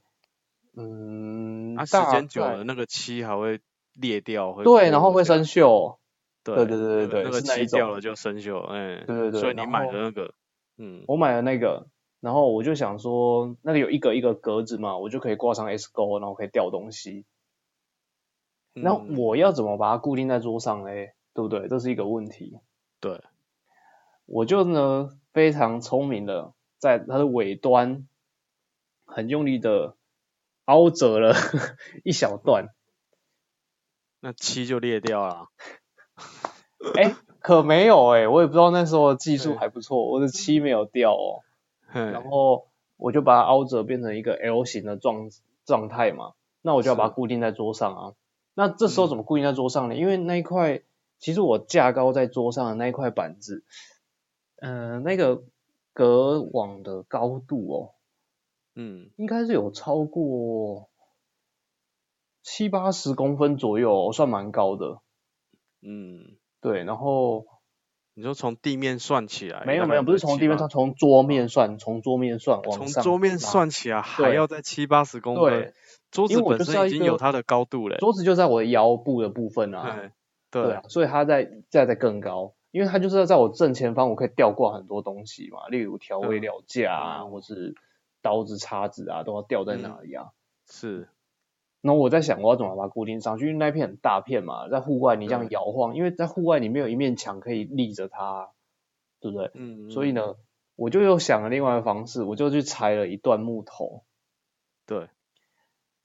[SPEAKER 2] 嗯，
[SPEAKER 1] 啊它、时
[SPEAKER 2] 大
[SPEAKER 1] 间久
[SPEAKER 2] 概
[SPEAKER 1] 了那个漆还会裂掉，会
[SPEAKER 2] 对，然后
[SPEAKER 1] 剥掉
[SPEAKER 2] 会生锈，
[SPEAKER 1] 对
[SPEAKER 2] 对对对对
[SPEAKER 1] 那个
[SPEAKER 2] 是那一
[SPEAKER 1] 漆掉
[SPEAKER 2] 种
[SPEAKER 1] 了就生锈，哎、
[SPEAKER 2] 对对对
[SPEAKER 1] 所以你
[SPEAKER 2] 然
[SPEAKER 1] 买
[SPEAKER 2] 后
[SPEAKER 1] 的那个，嗯，
[SPEAKER 2] 我买了那个，然后我就想说，那里有一个一个格子嘛，我就可以挂上 S 钩，然后可以吊东西。那
[SPEAKER 1] 嗯
[SPEAKER 2] 我要怎么把它固定在桌上嘞？对不对？这是一个问题。
[SPEAKER 1] 对，
[SPEAKER 2] 我就呢非常聪明的，在它的尾端很用力的凹折了 一小段，
[SPEAKER 1] 那漆就裂掉了，
[SPEAKER 2] 哎，可没有哎、我也不知道那时候的技术
[SPEAKER 1] 对嗯
[SPEAKER 2] 还不错，我的漆没有掉哦，
[SPEAKER 1] 嘿，
[SPEAKER 2] 然后我就把它凹折变成一个 L 型的状状态嘛，那我就要把它
[SPEAKER 1] 是嗯
[SPEAKER 2] 固定在桌上啊。那这时候怎么固定在桌上呢？因为那一块，其实我架高在桌上的那一块板子，嗯、那个隔网的高度哦，
[SPEAKER 1] 嗯，
[SPEAKER 2] 应该是有超过七八十公分左右、哦，算蛮高的。
[SPEAKER 1] 嗯，
[SPEAKER 2] 对，然后
[SPEAKER 1] 你说从地面算起来，
[SPEAKER 2] 没有
[SPEAKER 1] 大
[SPEAKER 2] 没
[SPEAKER 1] 概
[SPEAKER 2] 有，不是
[SPEAKER 1] 七
[SPEAKER 2] 从地面
[SPEAKER 1] 八嗯
[SPEAKER 2] 算，，从桌面算，从桌面算往
[SPEAKER 1] 从
[SPEAKER 2] 上
[SPEAKER 1] 桌面
[SPEAKER 2] 拉
[SPEAKER 1] 算起来还
[SPEAKER 2] 对
[SPEAKER 1] 要在七八十公
[SPEAKER 2] 对
[SPEAKER 1] 分，，桌
[SPEAKER 2] 因
[SPEAKER 1] 子
[SPEAKER 2] 为我
[SPEAKER 1] 本
[SPEAKER 2] 就是要
[SPEAKER 1] 身已
[SPEAKER 2] 一
[SPEAKER 1] 经有
[SPEAKER 2] 个
[SPEAKER 1] 它的高度嘞，
[SPEAKER 2] 桌子就在我的腰部的部分啊。
[SPEAKER 1] 哎，
[SPEAKER 2] 对啊，所以它在在在更高，因为它就是要在我正前方，我可以吊挂很多东西嘛，例如调
[SPEAKER 1] 嗯
[SPEAKER 2] 味料架啊，
[SPEAKER 1] 嗯
[SPEAKER 2] 或是刀子、叉子啊，都要吊在那
[SPEAKER 1] 嗯
[SPEAKER 2] 里啊。
[SPEAKER 1] 是，
[SPEAKER 2] 然后我在想，我要怎么把它固定上去？因为那片很大片嘛，在户外你这样
[SPEAKER 1] 对
[SPEAKER 2] 摇晃，因为在户外你没有一面墙可以立着它，对不对？
[SPEAKER 1] 嗯，
[SPEAKER 2] 所以
[SPEAKER 1] 嗯，
[SPEAKER 2] 呢，我就又想了另外一个方式，我就去裁了一段木头，
[SPEAKER 1] 对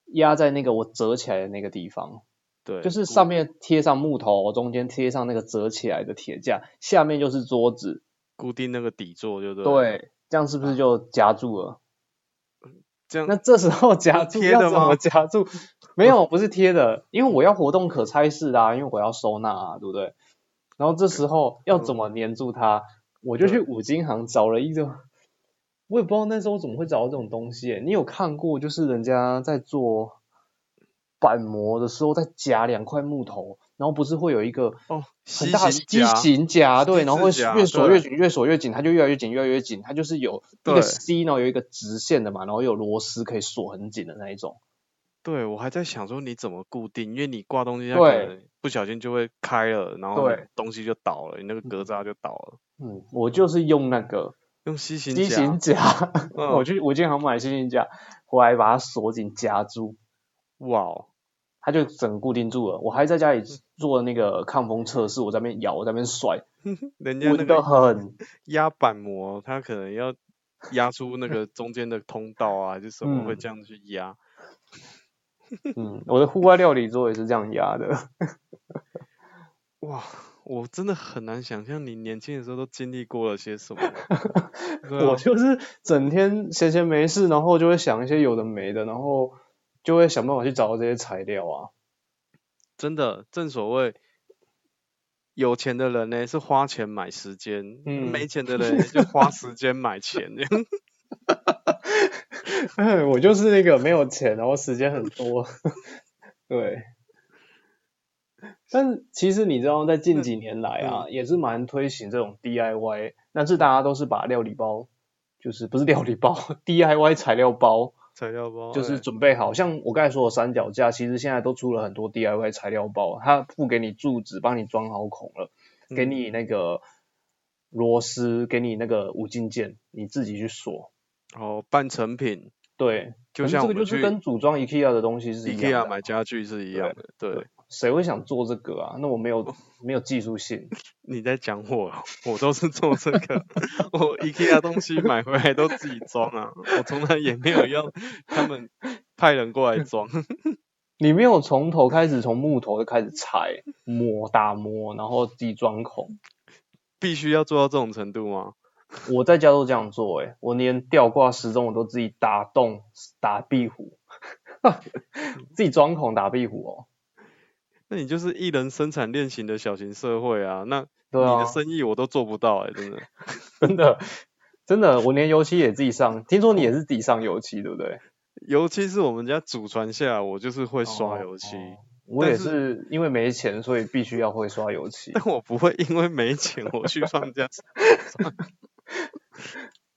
[SPEAKER 2] 压在那个我折起来的那个地方。
[SPEAKER 1] 对，
[SPEAKER 2] 就是
[SPEAKER 1] 固
[SPEAKER 2] 上面贴上木头，中间贴上那个折起来的铁架，下面就是桌子，
[SPEAKER 1] 固定那个底座就对哎了，
[SPEAKER 2] 对，这样是不是就夹住了？
[SPEAKER 1] 这样
[SPEAKER 2] 那这时候夹住
[SPEAKER 1] 贴
[SPEAKER 2] 要
[SPEAKER 1] 的
[SPEAKER 2] 怎么
[SPEAKER 1] 吗
[SPEAKER 2] 夹住？没有，不是贴的，因为我要活动可拆式啊，因为我要收纳啊，对不对？然后这时候要怎么粘住它？我就去
[SPEAKER 1] 对
[SPEAKER 2] 五金行找了一种， 我也不知道那时候怎么会找到这种东西耶。你有看过就是人家在做板模的时候，在夹两块木头，然后不是会有一个
[SPEAKER 1] 哦，
[SPEAKER 2] 很
[SPEAKER 1] 西
[SPEAKER 2] 大的
[SPEAKER 1] 行
[SPEAKER 2] 畸
[SPEAKER 1] 夹
[SPEAKER 2] 形夹，对，
[SPEAKER 1] 十
[SPEAKER 2] 然后会
[SPEAKER 1] 字夹
[SPEAKER 2] 越锁越
[SPEAKER 1] 对
[SPEAKER 2] 紧，越锁越紧，它就越来越紧，越来越紧，它就是有一个
[SPEAKER 1] 对
[SPEAKER 2] C，然后有一个直线的嘛，然后有螺丝可以锁很紧的那一种。
[SPEAKER 1] 对，我还在想说你怎么固定，因为你挂东西，它可
[SPEAKER 2] 对
[SPEAKER 1] 能不小心就会开了，然后你
[SPEAKER 2] 对
[SPEAKER 1] 东西就倒了，你那个格栅就倒了。
[SPEAKER 2] 嗯，我就是用那个
[SPEAKER 1] 用西行
[SPEAKER 2] 畸形
[SPEAKER 1] 夹，
[SPEAKER 2] 夹，
[SPEAKER 1] 嗯
[SPEAKER 2] 我去我经常买畸形夹，回来把它锁紧夹住，
[SPEAKER 1] 哇哦，
[SPEAKER 2] 它就整固定住了。我还在家里做那个抗风测试，我在那边摇，我在那边甩，
[SPEAKER 1] 人家那
[SPEAKER 2] 稳得
[SPEAKER 1] 个
[SPEAKER 2] 很。
[SPEAKER 1] 压板模，它可能要压出那个中间的通道啊，还是什么会
[SPEAKER 2] 嗯
[SPEAKER 1] 这样去压。
[SPEAKER 2] 嗯，我的户外料理桌也是这样压的。
[SPEAKER 1] 哇，我真的很难想象你年轻的时候都经历过了些什 么。对啊
[SPEAKER 2] 我就是整天闲闲没事，然后就会想一些有的没的，然后就会想办法去找到这些材料啊。
[SPEAKER 1] 真的，正所谓有钱的人呢是花钱买时间，
[SPEAKER 2] 嗯
[SPEAKER 1] 没钱的人就花时间买钱。
[SPEAKER 2] 我就是那个没有钱，然后时间很多， 对。但其实你知道，在
[SPEAKER 1] 嗯
[SPEAKER 2] 近几年来啊，也是蛮推行这种 DIY，但是大家都是把料理包，就是不是料理包 ，DIY 材料包，
[SPEAKER 1] 材料包
[SPEAKER 2] 就是
[SPEAKER 1] 哎
[SPEAKER 2] 准备好。像我刚才说的三脚架，其实现在都出了很多 DIY 材料包，它附给你柱子，帮你装好孔了，给
[SPEAKER 1] 嗯
[SPEAKER 2] 你那个螺丝，给你那个无尽件，你自己去锁。
[SPEAKER 1] 哦半成品，
[SPEAKER 2] 对，
[SPEAKER 1] 就
[SPEAKER 2] 可是
[SPEAKER 1] 像
[SPEAKER 2] 这
[SPEAKER 1] 我
[SPEAKER 2] 个
[SPEAKER 1] 们
[SPEAKER 2] 就
[SPEAKER 1] 去
[SPEAKER 2] 是跟组装 IKEA 的东西是一
[SPEAKER 1] IKEA
[SPEAKER 2] 样的啊，
[SPEAKER 1] 买家具是一样的。对，
[SPEAKER 2] 谁会想做这个啊？那我没
[SPEAKER 1] 哦
[SPEAKER 2] 有没有技术性。
[SPEAKER 1] 你在讲我哦，我都是做这个， 我 IKEA 东西买回来都自己装啊，我从来也没有要他们派人过来装。
[SPEAKER 2] 你没有从头开始，从木头就开始裁、磨、打磨，然后自己装孔。
[SPEAKER 1] 必须要做到这种程度吗？
[SPEAKER 2] 我在家都这样做、欸，诶，我连吊挂时钟我都自己打洞、打壁虎， 自己装孔打壁虎哦。
[SPEAKER 1] 那你就是一人生产链型的小型社会啊！那你
[SPEAKER 2] 对啊
[SPEAKER 1] 的，生意我都做不到哎、真的。
[SPEAKER 2] 真的真的，我连油漆也自己上。听说你也是自己上油漆，对不对？
[SPEAKER 1] 尤其是我们家祖传下来，我就是会刷
[SPEAKER 2] 哦
[SPEAKER 1] 油漆，
[SPEAKER 2] 哦我也
[SPEAKER 1] 但是
[SPEAKER 2] 是因为没钱，所以必须要会刷油漆。
[SPEAKER 1] 但我不会因为没钱我去帮人家刷。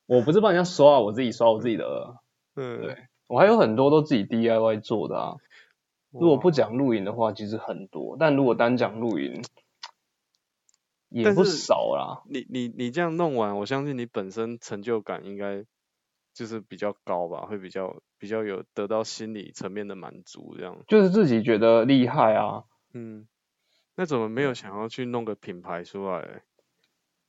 [SPEAKER 2] 我不是帮人家刷，我自己刷我自己的。
[SPEAKER 1] 嗯，
[SPEAKER 2] 我还有很多都自己 DIY 做的啊。如果不
[SPEAKER 1] 哇，
[SPEAKER 2] 讲露营的话，其实很多，但如果单讲露营，也
[SPEAKER 1] 但
[SPEAKER 2] 不
[SPEAKER 1] 是
[SPEAKER 2] 少啦。
[SPEAKER 1] 你你你这样弄完，我相信你本身成就感应该就是比较高吧，会比较比较有得到心理层面的满足这样。
[SPEAKER 2] 就是自己觉得厉害啊，
[SPEAKER 1] 嗯，那怎么没有想要去弄个品牌出来、欸？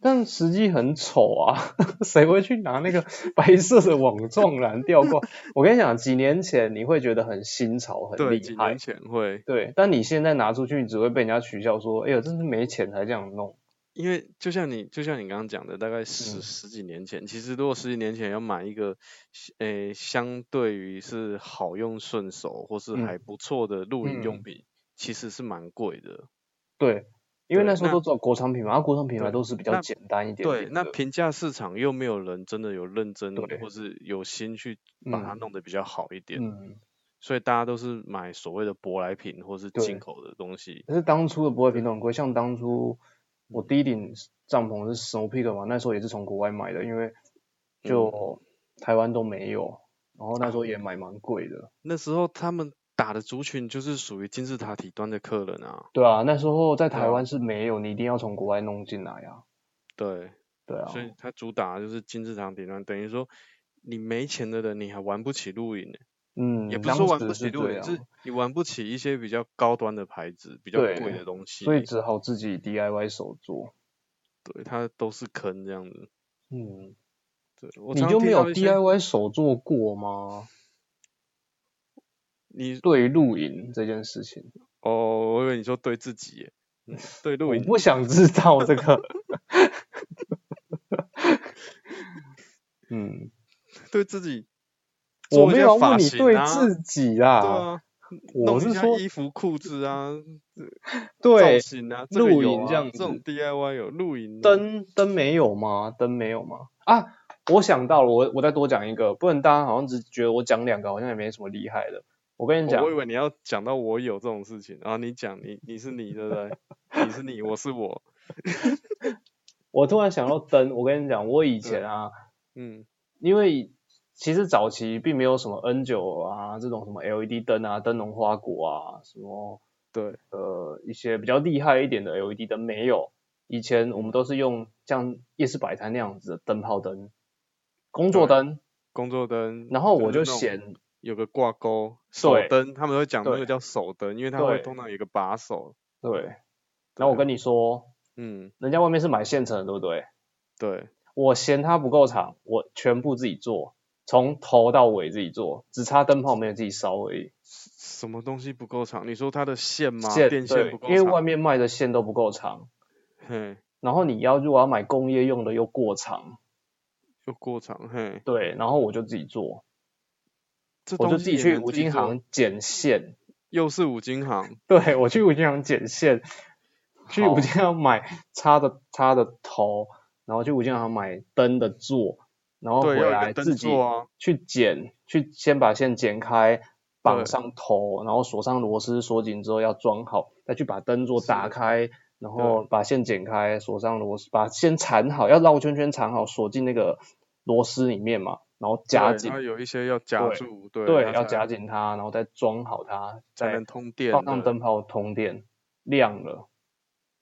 [SPEAKER 2] 但实际很丑啊， 谁会去拿那个白色的网状蓝吊挂？我跟你讲，几年前你会觉得很新潮、很
[SPEAKER 1] 对，
[SPEAKER 2] 厉
[SPEAKER 1] 几
[SPEAKER 2] 害
[SPEAKER 1] 年，前会，
[SPEAKER 2] 对，但你现在拿出去，你只会被人家取笑说：“哎呦，真是没钱才这样弄。
[SPEAKER 1] 因为就像你就像你刚刚讲的，大概十、
[SPEAKER 2] 嗯
[SPEAKER 1] 十几年前，其实如果十几年前要买一个，诶、相对于是好用顺手或是
[SPEAKER 2] 嗯
[SPEAKER 1] 还不错的露营用
[SPEAKER 2] 嗯
[SPEAKER 1] 品，其实是蛮贵的。”
[SPEAKER 2] 对，因
[SPEAKER 1] 对
[SPEAKER 2] 为那时候
[SPEAKER 1] 那
[SPEAKER 2] 都做国产品牌，啊国产品牌
[SPEAKER 1] 对
[SPEAKER 2] 都是比较
[SPEAKER 1] 那
[SPEAKER 2] 简单一点
[SPEAKER 1] 对，
[SPEAKER 2] 点
[SPEAKER 1] 那
[SPEAKER 2] 的
[SPEAKER 1] 平价市场又没有人真的有认真
[SPEAKER 2] 对
[SPEAKER 1] 或是有心去把它
[SPEAKER 2] 嗯
[SPEAKER 1] 弄得比较好一点，
[SPEAKER 2] 嗯，
[SPEAKER 1] 所以大家都是买所谓的舶来品或是进
[SPEAKER 2] 对
[SPEAKER 1] 口的东西。
[SPEAKER 2] 可是当初的不会品种很贵，像当初我第一顶帐篷是 Snow Peak 嘛，那时候也是从国外买的，因为
[SPEAKER 1] 嗯
[SPEAKER 2] 就台湾都没有，然后那时候也买蛮贵的。
[SPEAKER 1] 那时候他们打的族群就是属于金字塔底端的客人啊，
[SPEAKER 2] 对啊，那时候在
[SPEAKER 1] 对
[SPEAKER 2] 台
[SPEAKER 1] 啊
[SPEAKER 2] 湾是没有，你一定要从国外弄进来啊。
[SPEAKER 1] 对，
[SPEAKER 2] 对啊，
[SPEAKER 1] 所以它主打的就是金字塔底端，等于说你没钱的人你还玩不起露营、欸，
[SPEAKER 2] 嗯，
[SPEAKER 1] 也不是说玩
[SPEAKER 2] 当
[SPEAKER 1] 不起
[SPEAKER 2] 时是
[SPEAKER 1] 露
[SPEAKER 2] 这
[SPEAKER 1] 营，
[SPEAKER 2] 样，
[SPEAKER 1] 是你玩不起一些比较高端的牌子、比较
[SPEAKER 2] 对
[SPEAKER 1] 贵的东西，
[SPEAKER 2] 所以只好自己 DIY 手做。
[SPEAKER 1] 对它都是坑这样子。
[SPEAKER 2] 嗯，
[SPEAKER 1] 对我
[SPEAKER 2] 你
[SPEAKER 1] 常
[SPEAKER 2] 就
[SPEAKER 1] 听
[SPEAKER 2] 没
[SPEAKER 1] 到
[SPEAKER 2] 有
[SPEAKER 1] 一些
[SPEAKER 2] DIY 手做过吗？
[SPEAKER 1] 你
[SPEAKER 2] 对于露营这件事情，
[SPEAKER 1] 哦，我以为你说对自己耶，嗯对露
[SPEAKER 2] 我
[SPEAKER 1] 营
[SPEAKER 2] 不想知道 这个。嗯。
[SPEAKER 1] 对自己
[SPEAKER 2] 我
[SPEAKER 1] 做一
[SPEAKER 2] 没
[SPEAKER 1] 下
[SPEAKER 2] 有
[SPEAKER 1] 发
[SPEAKER 2] 问你
[SPEAKER 1] 型
[SPEAKER 2] 对
[SPEAKER 1] 啊
[SPEAKER 2] 自己
[SPEAKER 1] 对
[SPEAKER 2] 啦，
[SPEAKER 1] 啊，
[SPEAKER 2] 我
[SPEAKER 1] 弄
[SPEAKER 2] 是
[SPEAKER 1] 一下
[SPEAKER 2] 说
[SPEAKER 1] 衣服、裤子啊，造
[SPEAKER 2] 对，
[SPEAKER 1] 型啊，这个
[SPEAKER 2] 露
[SPEAKER 1] 有
[SPEAKER 2] 营
[SPEAKER 1] 啊
[SPEAKER 2] 这样
[SPEAKER 1] 这种
[SPEAKER 2] 子
[SPEAKER 1] DIY 有露营啊
[SPEAKER 2] 灯灯没有吗？灯没有吗？啊，我想到了，我我再多讲一个，不然大家好像只觉得我讲两个好像也没什么厉害的。我跟你
[SPEAKER 1] 哦
[SPEAKER 2] 讲
[SPEAKER 1] 我以，为你要讲到我有这种事情，然后你讲你你是你对不对？你是你，我是我，
[SPEAKER 2] 我突然想到灯，我跟你讲，我以前啊，
[SPEAKER 1] 嗯，
[SPEAKER 2] 因为其实早期并没有什么 N 九啊这种什么 LED 灯啊、灯笼花果啊什么
[SPEAKER 1] 对，
[SPEAKER 2] 呃一些比较厉害一点的 LED 灯没有。以前我们都是用像夜市摆摊那样子的灯泡灯、工作
[SPEAKER 1] 对
[SPEAKER 2] 灯，
[SPEAKER 1] 工作灯，
[SPEAKER 2] 然后
[SPEAKER 1] 对
[SPEAKER 2] 我就
[SPEAKER 1] 那种
[SPEAKER 2] 嫌
[SPEAKER 1] 有个挂钩手
[SPEAKER 2] 对
[SPEAKER 1] 灯，他们会讲那
[SPEAKER 2] 对
[SPEAKER 1] 个叫手灯，因为它会
[SPEAKER 2] 对
[SPEAKER 1] 通常有一个把手，
[SPEAKER 2] 对。然后我跟你说，
[SPEAKER 1] 嗯，
[SPEAKER 2] 人家外面是买现成的，对不对？
[SPEAKER 1] 对，
[SPEAKER 2] 我嫌它不够长，我全部自己做，从头到尾自己做，只差灯泡没有自己烧而已。
[SPEAKER 1] 什么东西不够长？你说它的线吗？
[SPEAKER 2] 线
[SPEAKER 1] 电线
[SPEAKER 2] 对
[SPEAKER 1] 不，够
[SPEAKER 2] 因为外
[SPEAKER 1] 长，
[SPEAKER 2] 面卖的线都不够长，
[SPEAKER 1] 嘿，
[SPEAKER 2] 然后你要如果要买工业用的又过长，
[SPEAKER 1] 又过长，嘿，
[SPEAKER 2] 对，然后我就自己做，
[SPEAKER 1] 这
[SPEAKER 2] 我
[SPEAKER 1] 东
[SPEAKER 2] 就
[SPEAKER 1] 西
[SPEAKER 2] 自己
[SPEAKER 1] 也
[SPEAKER 2] 去
[SPEAKER 1] 能
[SPEAKER 2] 五
[SPEAKER 1] 自己
[SPEAKER 2] 金
[SPEAKER 1] 做，
[SPEAKER 2] 行捡线，
[SPEAKER 1] 又是五金行，
[SPEAKER 2] 对，我去五金行捡线，去
[SPEAKER 1] 好
[SPEAKER 2] 五金行买插的插的头，然后去五金行买灯的座，然后
[SPEAKER 1] 对，
[SPEAKER 2] 回
[SPEAKER 1] 要有一
[SPEAKER 2] 来
[SPEAKER 1] 个灯
[SPEAKER 2] 自己
[SPEAKER 1] 座啊，
[SPEAKER 2] 去剪，去先把线剪开，绑上头，然后锁上螺丝，锁紧之后要装好，再去把灯座打
[SPEAKER 3] 是
[SPEAKER 2] 开，然后把线剪开，锁上螺丝，把线缠好，要绕圈圈缠好，锁进那个螺丝里面嘛，然后夹
[SPEAKER 1] 对
[SPEAKER 2] 紧
[SPEAKER 1] 然，后有一些要夹
[SPEAKER 2] 对
[SPEAKER 1] 住，对
[SPEAKER 2] 对，
[SPEAKER 1] 它
[SPEAKER 2] 要
[SPEAKER 1] 才
[SPEAKER 2] 夹紧它，然后再装好它，
[SPEAKER 1] 才
[SPEAKER 2] 再
[SPEAKER 1] 能通电
[SPEAKER 2] 放上
[SPEAKER 1] 的。
[SPEAKER 2] 灯泡通电，亮了。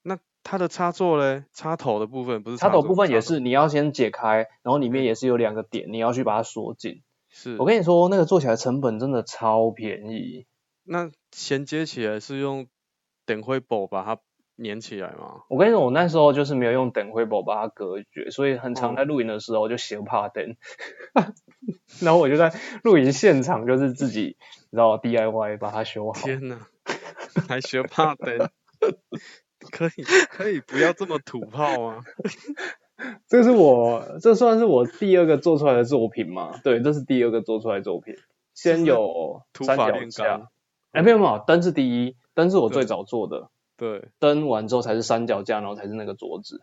[SPEAKER 1] 那它的插座嘞，插头的部分不是
[SPEAKER 2] 插头部分
[SPEAKER 1] 插
[SPEAKER 2] 也是，你要先解开，然后里面也是有两个点，你要去把它锁紧。
[SPEAKER 1] 是
[SPEAKER 2] 我跟你说，那个做起来成本真的超便宜，
[SPEAKER 1] 那衔接起来是用等灰布把它粘起来 吗？
[SPEAKER 2] 我跟你说，我那时候就是没有用等灰宝把它隔绝，所以很常
[SPEAKER 1] 哦
[SPEAKER 2] 在露营的时候就斜怕灯， 然后我就在露营现场就是自己，你知道 DIY 把它修好。
[SPEAKER 1] 天呐，还学怕灯， 可以可以不要这么土炮吗？
[SPEAKER 2] 这是我这算是我第二个做出来的作品嘛？对，这是第二个做出来的作品。先有
[SPEAKER 1] 土
[SPEAKER 2] 三
[SPEAKER 1] 法
[SPEAKER 2] 脚
[SPEAKER 1] 炼
[SPEAKER 2] 架
[SPEAKER 1] 钢，
[SPEAKER 2] 哎，没有没有，灯是第一，灯是我最
[SPEAKER 1] 对
[SPEAKER 2] 早做的，
[SPEAKER 1] 对，
[SPEAKER 2] 灯完之后才是三脚架，然后才是那个桌子。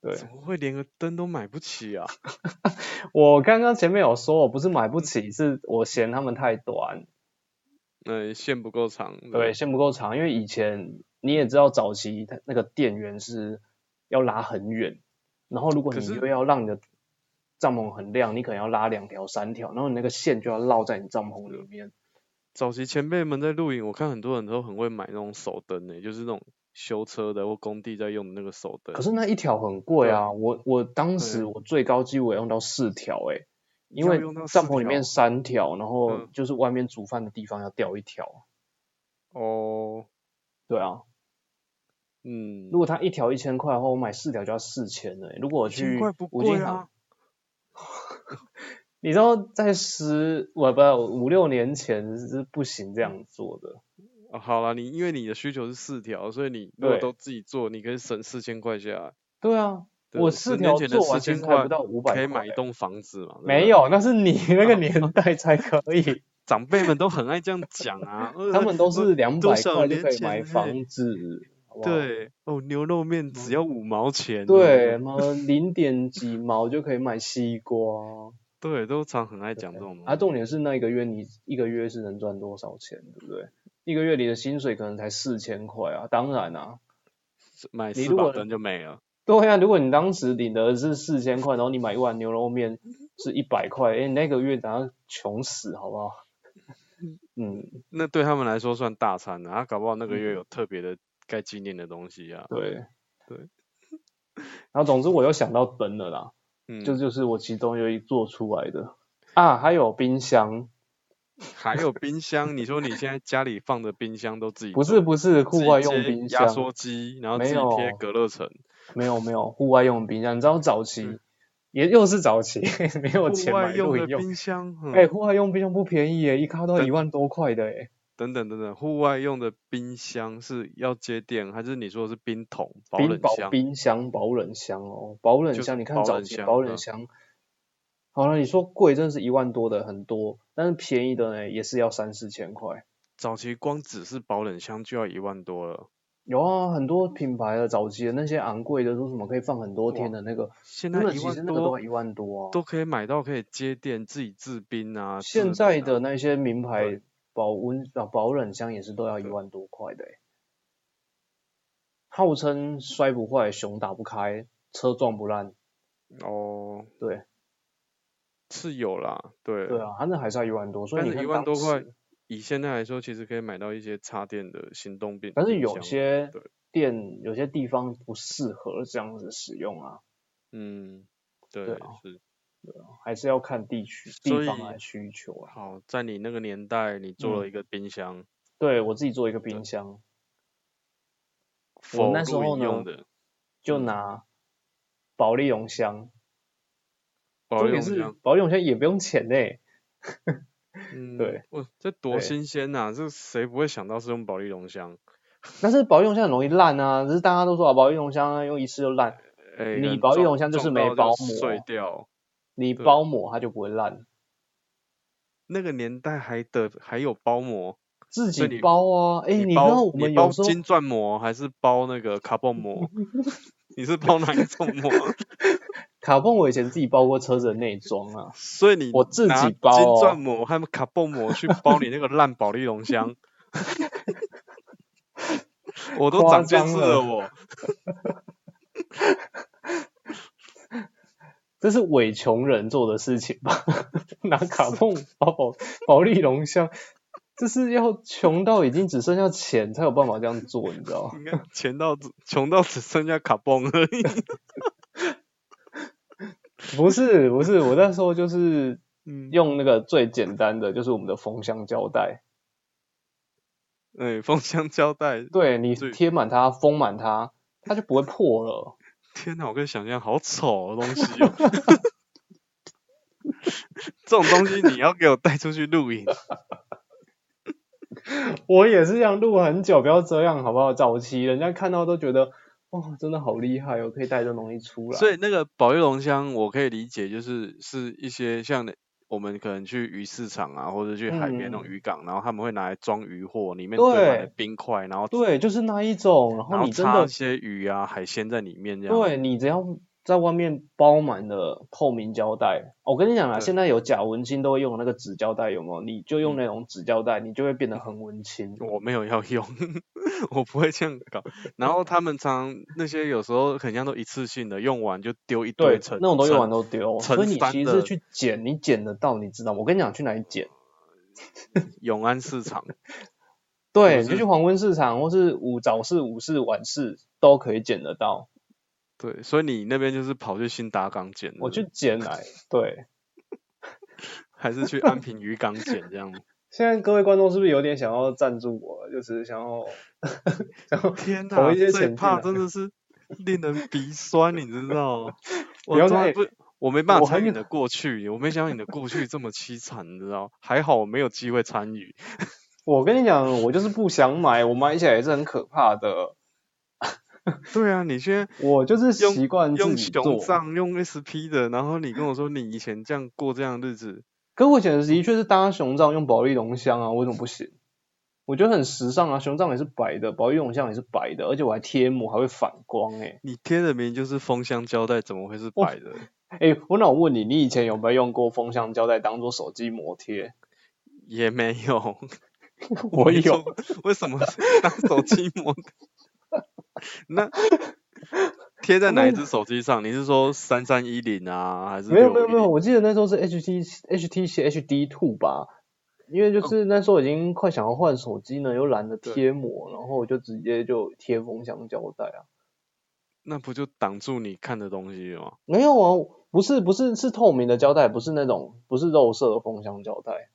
[SPEAKER 2] 对
[SPEAKER 1] 怎么会连个灯都买不起啊？
[SPEAKER 2] 我刚刚前面有说，我不是买不起，是我嫌它们太短。
[SPEAKER 1] 嗯，线不够长。
[SPEAKER 2] 对，，线不够长，因为以前你也知道，早期它那个电源是要拉很远，然后如果
[SPEAKER 1] 可
[SPEAKER 2] 你
[SPEAKER 1] 是
[SPEAKER 2] 又要让你的帐篷很亮，你可能要拉两条、三条，然后你那个线就要绕在你帐篷里面。
[SPEAKER 1] 早期前辈们在露营，我看很多人都很会买那种手灯呢，就是那种修车的或工地在用的那个手灯。
[SPEAKER 2] 可是那一条很贵啊，我我当时
[SPEAKER 1] 对
[SPEAKER 2] 我最高几乎也用到四条诶、因
[SPEAKER 1] 要
[SPEAKER 2] 为
[SPEAKER 1] 用到
[SPEAKER 2] 帐
[SPEAKER 1] 四
[SPEAKER 2] 篷里
[SPEAKER 1] 条
[SPEAKER 2] 面三条，然后
[SPEAKER 1] 嗯
[SPEAKER 2] 就是外面煮饭的地方要掉一条。
[SPEAKER 1] 哦，
[SPEAKER 2] 对啊，
[SPEAKER 1] 嗯
[SPEAKER 2] 如，果它一条一千块的话，我买四条就要四千了欸、如果我
[SPEAKER 1] 千
[SPEAKER 2] 去
[SPEAKER 1] 块不
[SPEAKER 2] 五金
[SPEAKER 1] 贵
[SPEAKER 2] 行
[SPEAKER 1] 啊。
[SPEAKER 2] 你知道在十我不五六年前是不行这样做的，
[SPEAKER 1] 啊好啦，你因为你的需求是四条，所以你如果
[SPEAKER 2] 对
[SPEAKER 1] 都自己做，你可以省四千块下来。
[SPEAKER 2] 对啊，
[SPEAKER 1] 对
[SPEAKER 2] 我
[SPEAKER 1] 10
[SPEAKER 2] 四
[SPEAKER 1] 年
[SPEAKER 2] 条
[SPEAKER 1] 前的
[SPEAKER 2] 做
[SPEAKER 1] 四
[SPEAKER 2] 完其
[SPEAKER 1] 千
[SPEAKER 2] 实还
[SPEAKER 1] 块
[SPEAKER 2] 不到五百
[SPEAKER 1] 可
[SPEAKER 2] 块，欸
[SPEAKER 1] 以买一栋房子嘛？对不
[SPEAKER 2] 没
[SPEAKER 1] 对，
[SPEAKER 2] 有，那是你那个年代才可 以，
[SPEAKER 1] 长辈们都很爱这样讲啊。呃
[SPEAKER 2] 他们都是两
[SPEAKER 1] 多
[SPEAKER 2] 百
[SPEAKER 1] 少
[SPEAKER 2] 块就
[SPEAKER 1] 年
[SPEAKER 2] 可以
[SPEAKER 1] 前
[SPEAKER 2] 买
[SPEAKER 1] 嘿
[SPEAKER 2] 房子，好不好
[SPEAKER 1] 对哦，牛肉面只要五毛钱哦。
[SPEAKER 2] 嗯对，什么零点几毛就可以买西瓜，
[SPEAKER 1] 对，都常很爱讲这种东西。
[SPEAKER 2] 啊，重点是那一个月你一个月是能赚多少钱，对不对？一个月你的薪水可能才四千块啊，当然啊，
[SPEAKER 1] 买
[SPEAKER 2] 你
[SPEAKER 1] 四
[SPEAKER 2] 如
[SPEAKER 1] 把
[SPEAKER 2] 果
[SPEAKER 1] 灯就没了。
[SPEAKER 2] 对啊，如果你当时领的是四千块，然后你买一碗牛肉面是一百块，哎、你那个月等下穷死，好不好？嗯，
[SPEAKER 1] 那对他们来说算大餐啊，啊搞不好那个月有特别的该纪念的东西啊。
[SPEAKER 2] 对
[SPEAKER 1] 对。
[SPEAKER 2] 然后总之我又想到灯了啦，
[SPEAKER 1] 嗯，
[SPEAKER 2] 这、就是我其中有一做出来的啊，还有冰箱，
[SPEAKER 1] 嗯还有冰箱，你说你现在家里放的冰箱都自己
[SPEAKER 2] 不
[SPEAKER 1] 做
[SPEAKER 2] 是不
[SPEAKER 1] 自
[SPEAKER 2] 是户
[SPEAKER 1] 己
[SPEAKER 2] 外用
[SPEAKER 1] 接
[SPEAKER 2] 冰
[SPEAKER 1] 压
[SPEAKER 2] 箱，
[SPEAKER 1] 缩机，然后
[SPEAKER 2] 没
[SPEAKER 1] 自己贴
[SPEAKER 2] 有
[SPEAKER 1] 隔热层，
[SPEAKER 2] 没有没有户外用冰箱，你知道早期
[SPEAKER 1] 嗯
[SPEAKER 2] 也又是早期 没有
[SPEAKER 1] 户
[SPEAKER 2] 钱
[SPEAKER 1] 外
[SPEAKER 2] 买
[SPEAKER 1] 用
[SPEAKER 2] 露
[SPEAKER 1] 的
[SPEAKER 2] 营用，
[SPEAKER 1] 冰箱， 嗯
[SPEAKER 2] 哎、户外用冰箱不便宜耶，一卡都要
[SPEAKER 1] 对
[SPEAKER 2] 一万多块的哎，
[SPEAKER 1] 等等等等，户外用的冰箱是要接电，还是你说的是冰桶、保
[SPEAKER 2] 冰
[SPEAKER 1] 冷
[SPEAKER 2] 保
[SPEAKER 1] 箱？
[SPEAKER 2] 冰箱、保冷箱哦，保冷
[SPEAKER 1] 就是
[SPEAKER 2] 箱，你看
[SPEAKER 1] 保
[SPEAKER 2] 早
[SPEAKER 1] 冷
[SPEAKER 2] 期
[SPEAKER 1] 箱
[SPEAKER 2] 保冷
[SPEAKER 1] 嗯
[SPEAKER 2] 箱，好了，你说贵真的是一万多的很多，但是便宜的呢也是要三四千块。
[SPEAKER 1] 早期光只是保冷箱就要一万多了，
[SPEAKER 2] 有啊，很多品牌的早期的那些昂贵的，说什么可以放很多天的那个，
[SPEAKER 1] 现在
[SPEAKER 2] 那
[SPEAKER 1] 一
[SPEAKER 2] 其实
[SPEAKER 1] 万
[SPEAKER 2] 那个都要
[SPEAKER 1] 多
[SPEAKER 2] 一万多啊。
[SPEAKER 1] 都可以买到可以接电、自己制冰啊。制
[SPEAKER 2] 现
[SPEAKER 1] 冷
[SPEAKER 2] 在
[SPEAKER 1] 啊
[SPEAKER 2] 的那些名牌
[SPEAKER 1] 对
[SPEAKER 2] 保温啊保冷箱也是都要一万多块的欸、号称摔不坏，熊打不开，车撞不烂，
[SPEAKER 1] 哦，
[SPEAKER 2] 对
[SPEAKER 1] 是有啦，对
[SPEAKER 2] 对啊，它那还是要一万多，所以
[SPEAKER 1] 但
[SPEAKER 2] 你
[SPEAKER 1] 是
[SPEAKER 2] 看
[SPEAKER 1] 一万
[SPEAKER 2] 当
[SPEAKER 1] 多块
[SPEAKER 2] 时，
[SPEAKER 1] 以现在来说，其实可以买到一些插电的行动冰，
[SPEAKER 2] 但是
[SPEAKER 1] 冰
[SPEAKER 2] 有
[SPEAKER 1] 箱
[SPEAKER 2] 些
[SPEAKER 1] 对
[SPEAKER 2] 店有些地方不适合这样子使用啊，
[SPEAKER 1] 嗯，对，
[SPEAKER 2] 啊
[SPEAKER 1] 是
[SPEAKER 2] 还是要看地区
[SPEAKER 1] 所
[SPEAKER 2] 地
[SPEAKER 1] 以
[SPEAKER 2] 方来需求啊。
[SPEAKER 1] 好，在你那个年代，你做
[SPEAKER 2] 嗯
[SPEAKER 1] 了一个冰箱，
[SPEAKER 2] 对我自己做一个冰箱，
[SPEAKER 1] 否
[SPEAKER 2] 那时
[SPEAKER 1] 露
[SPEAKER 2] 候
[SPEAKER 1] 营用
[SPEAKER 2] 呢
[SPEAKER 1] 的，
[SPEAKER 2] 就
[SPEAKER 1] 嗯
[SPEAKER 2] 拿保利龙箱，
[SPEAKER 1] 保
[SPEAKER 2] 重
[SPEAKER 1] 用
[SPEAKER 2] 点是
[SPEAKER 1] 箱，
[SPEAKER 2] 保利龙箱也不用钱呢、欸
[SPEAKER 1] 嗯，
[SPEAKER 2] 对，
[SPEAKER 1] 哇，这多
[SPEAKER 2] 对
[SPEAKER 1] 新鲜呐、这谁不会想到是用保利龙箱？
[SPEAKER 2] 但是保利龙箱很容易烂啊，只是大家都说啊，保利龙箱啊用一次就烂，
[SPEAKER 1] 哎，
[SPEAKER 2] 你
[SPEAKER 1] 可能
[SPEAKER 2] 保利
[SPEAKER 1] 撞
[SPEAKER 2] 龙箱就是
[SPEAKER 1] 撞
[SPEAKER 2] 没
[SPEAKER 1] 到
[SPEAKER 2] 包
[SPEAKER 1] 碎
[SPEAKER 2] 膜
[SPEAKER 1] 掉。
[SPEAKER 2] 你
[SPEAKER 1] 对
[SPEAKER 2] 包膜它就不会烂，
[SPEAKER 1] 那个年代还得还有包膜，
[SPEAKER 2] 自
[SPEAKER 1] 所以
[SPEAKER 2] 己
[SPEAKER 1] 你
[SPEAKER 2] 包啊。哎、
[SPEAKER 1] 你
[SPEAKER 2] 知道
[SPEAKER 1] 包
[SPEAKER 2] 我们
[SPEAKER 1] 你包
[SPEAKER 2] 有时候
[SPEAKER 1] 金钻 膜还是包那个 carbon 膜？你是包哪一种膜？
[SPEAKER 2] 卡蹦我以前自己包过车子的内装啊，
[SPEAKER 1] 所以你
[SPEAKER 2] 我自己
[SPEAKER 1] 拿
[SPEAKER 2] 包
[SPEAKER 1] 金
[SPEAKER 2] 哦
[SPEAKER 1] 钻膜和卡蹦膜去包你那个烂保利龙 箱，我都
[SPEAKER 2] 夸
[SPEAKER 1] 长见
[SPEAKER 2] 张
[SPEAKER 1] 识
[SPEAKER 2] 了
[SPEAKER 1] 了我。
[SPEAKER 2] 这是伪穷人做的事情吧？ 拿卡蹦包宝保利龙箱，这是要穷到已经只剩下钱才有办法这样做，你知 道吗？
[SPEAKER 1] 你看，钱到只穷到只剩下卡蹦而 已。
[SPEAKER 2] 不是不是，我那时候就是
[SPEAKER 1] 嗯，
[SPEAKER 2] 用那个最简单的，就是我们的封箱胶带，
[SPEAKER 1] 哎、封箱胶带，
[SPEAKER 2] 对你
[SPEAKER 1] 对
[SPEAKER 2] 贴满它，封满它，它就不会破了。
[SPEAKER 1] 天哪，我可以想象好丑的东西哦。 这种东西你要给我带出去露营，
[SPEAKER 2] 啊我也是这样录很久，不要这样好不好？早期人家看到都觉得，哦，真的好厉害哦，可以带这东西出来。
[SPEAKER 1] 所以那个保育龙箱我可以理解，就是是一些像我们可能去鱼市场啊，或者去海边那种
[SPEAKER 2] 嗯
[SPEAKER 1] 渔港，然后他们会拿来装鱼货，里面堆满了
[SPEAKER 2] 对
[SPEAKER 1] 冰块，然后
[SPEAKER 2] 对，就是那一种，然
[SPEAKER 1] 然
[SPEAKER 2] 后
[SPEAKER 1] 后
[SPEAKER 2] 你真
[SPEAKER 1] 插
[SPEAKER 2] 的
[SPEAKER 1] 一，些鱼啊海鲜在里面这样。
[SPEAKER 2] 对你只要在外面包满了透明胶带，哦我跟你讲啊，
[SPEAKER 1] 对
[SPEAKER 2] 现在有假文青都会用那个纸胶带，有没有？你就用那种纸胶带，你就会变得很文青。
[SPEAKER 1] 我没有要用， 我不会这样搞。然后他们常那些有时候很像都一次性的，用完就丢一堆
[SPEAKER 2] 对，
[SPEAKER 1] 成
[SPEAKER 2] 那种都用完
[SPEAKER 1] 成
[SPEAKER 2] 都丢，
[SPEAKER 1] 成
[SPEAKER 2] 所以你
[SPEAKER 1] 山
[SPEAKER 2] 其
[SPEAKER 1] 的
[SPEAKER 2] 实是去捡，你捡得到，你知道吗？我跟你讲，去哪里捡？
[SPEAKER 1] 永安市场。
[SPEAKER 2] 对，
[SPEAKER 1] 不
[SPEAKER 2] 你
[SPEAKER 1] 是
[SPEAKER 2] 就去黄昏市场，或是午早市、午市、晚市都可以捡得到。
[SPEAKER 1] 对，所以你那边就是跑去新达港捡的，啊
[SPEAKER 2] 我去捡来，对。
[SPEAKER 1] 还是去安平渔港捡 这样。
[SPEAKER 2] 现在各位观众是不是有点想要赞助我，就是想要， 想要
[SPEAKER 1] 天
[SPEAKER 2] 投
[SPEAKER 1] 哪，
[SPEAKER 2] 一些
[SPEAKER 1] 这
[SPEAKER 2] 钱
[SPEAKER 1] 一
[SPEAKER 2] 进
[SPEAKER 1] 趴
[SPEAKER 2] 来
[SPEAKER 1] 真的是令人鼻酸，你知 道吗？
[SPEAKER 2] 不要
[SPEAKER 1] 我从
[SPEAKER 2] 再
[SPEAKER 1] 来不，我没办
[SPEAKER 2] 我
[SPEAKER 1] 法
[SPEAKER 2] 还
[SPEAKER 1] 参与
[SPEAKER 2] 没
[SPEAKER 1] 你的过去，我没想到你的过去这么凄惨，你知道？还好我没有机会参 与。
[SPEAKER 2] 我跟你讲，我就是不想买，我买起来也是很可怕的。
[SPEAKER 1] 对啊，你现在
[SPEAKER 2] 我就是
[SPEAKER 1] 用
[SPEAKER 2] 习惯自
[SPEAKER 1] 用
[SPEAKER 2] 己
[SPEAKER 1] 熊
[SPEAKER 2] 做，
[SPEAKER 1] 掌用 SP 的，然后你跟我说你以前这样过这样的日子，
[SPEAKER 2] 可我以前的确是搭熊杖用保利龙箱啊，为什么不行？我觉得很时尚啊，熊杖也是白的，保利龙箱也是白的，而且我还贴膜，还会反光诶、欸。
[SPEAKER 1] 你贴的名就是封箱胶带，怎么会是
[SPEAKER 2] 我
[SPEAKER 1] 白的？
[SPEAKER 2] 诶、我那我问你，你以前有没有用过风箱胶带当做手机膜贴？
[SPEAKER 1] 也没有，
[SPEAKER 2] 我
[SPEAKER 1] 没
[SPEAKER 2] 有，
[SPEAKER 1] 用，为什么是当手机膜的？ 那贴在哪一只手机上？你是说三三一零啊，还是
[SPEAKER 2] 没有没有
[SPEAKER 1] 610
[SPEAKER 2] 没有，？我记得那时候是 HTC HTC HD Two 吧，因为就是那时候已经快想要换手机呢，又懒得
[SPEAKER 1] 对
[SPEAKER 2] 贴膜，然后我就直接就贴封箱胶带啊。
[SPEAKER 1] 那不就挡住你看的东西了吗？
[SPEAKER 2] 没有啊，不是不是是透明的胶带，不是那种不是肉色的封箱胶带。嗯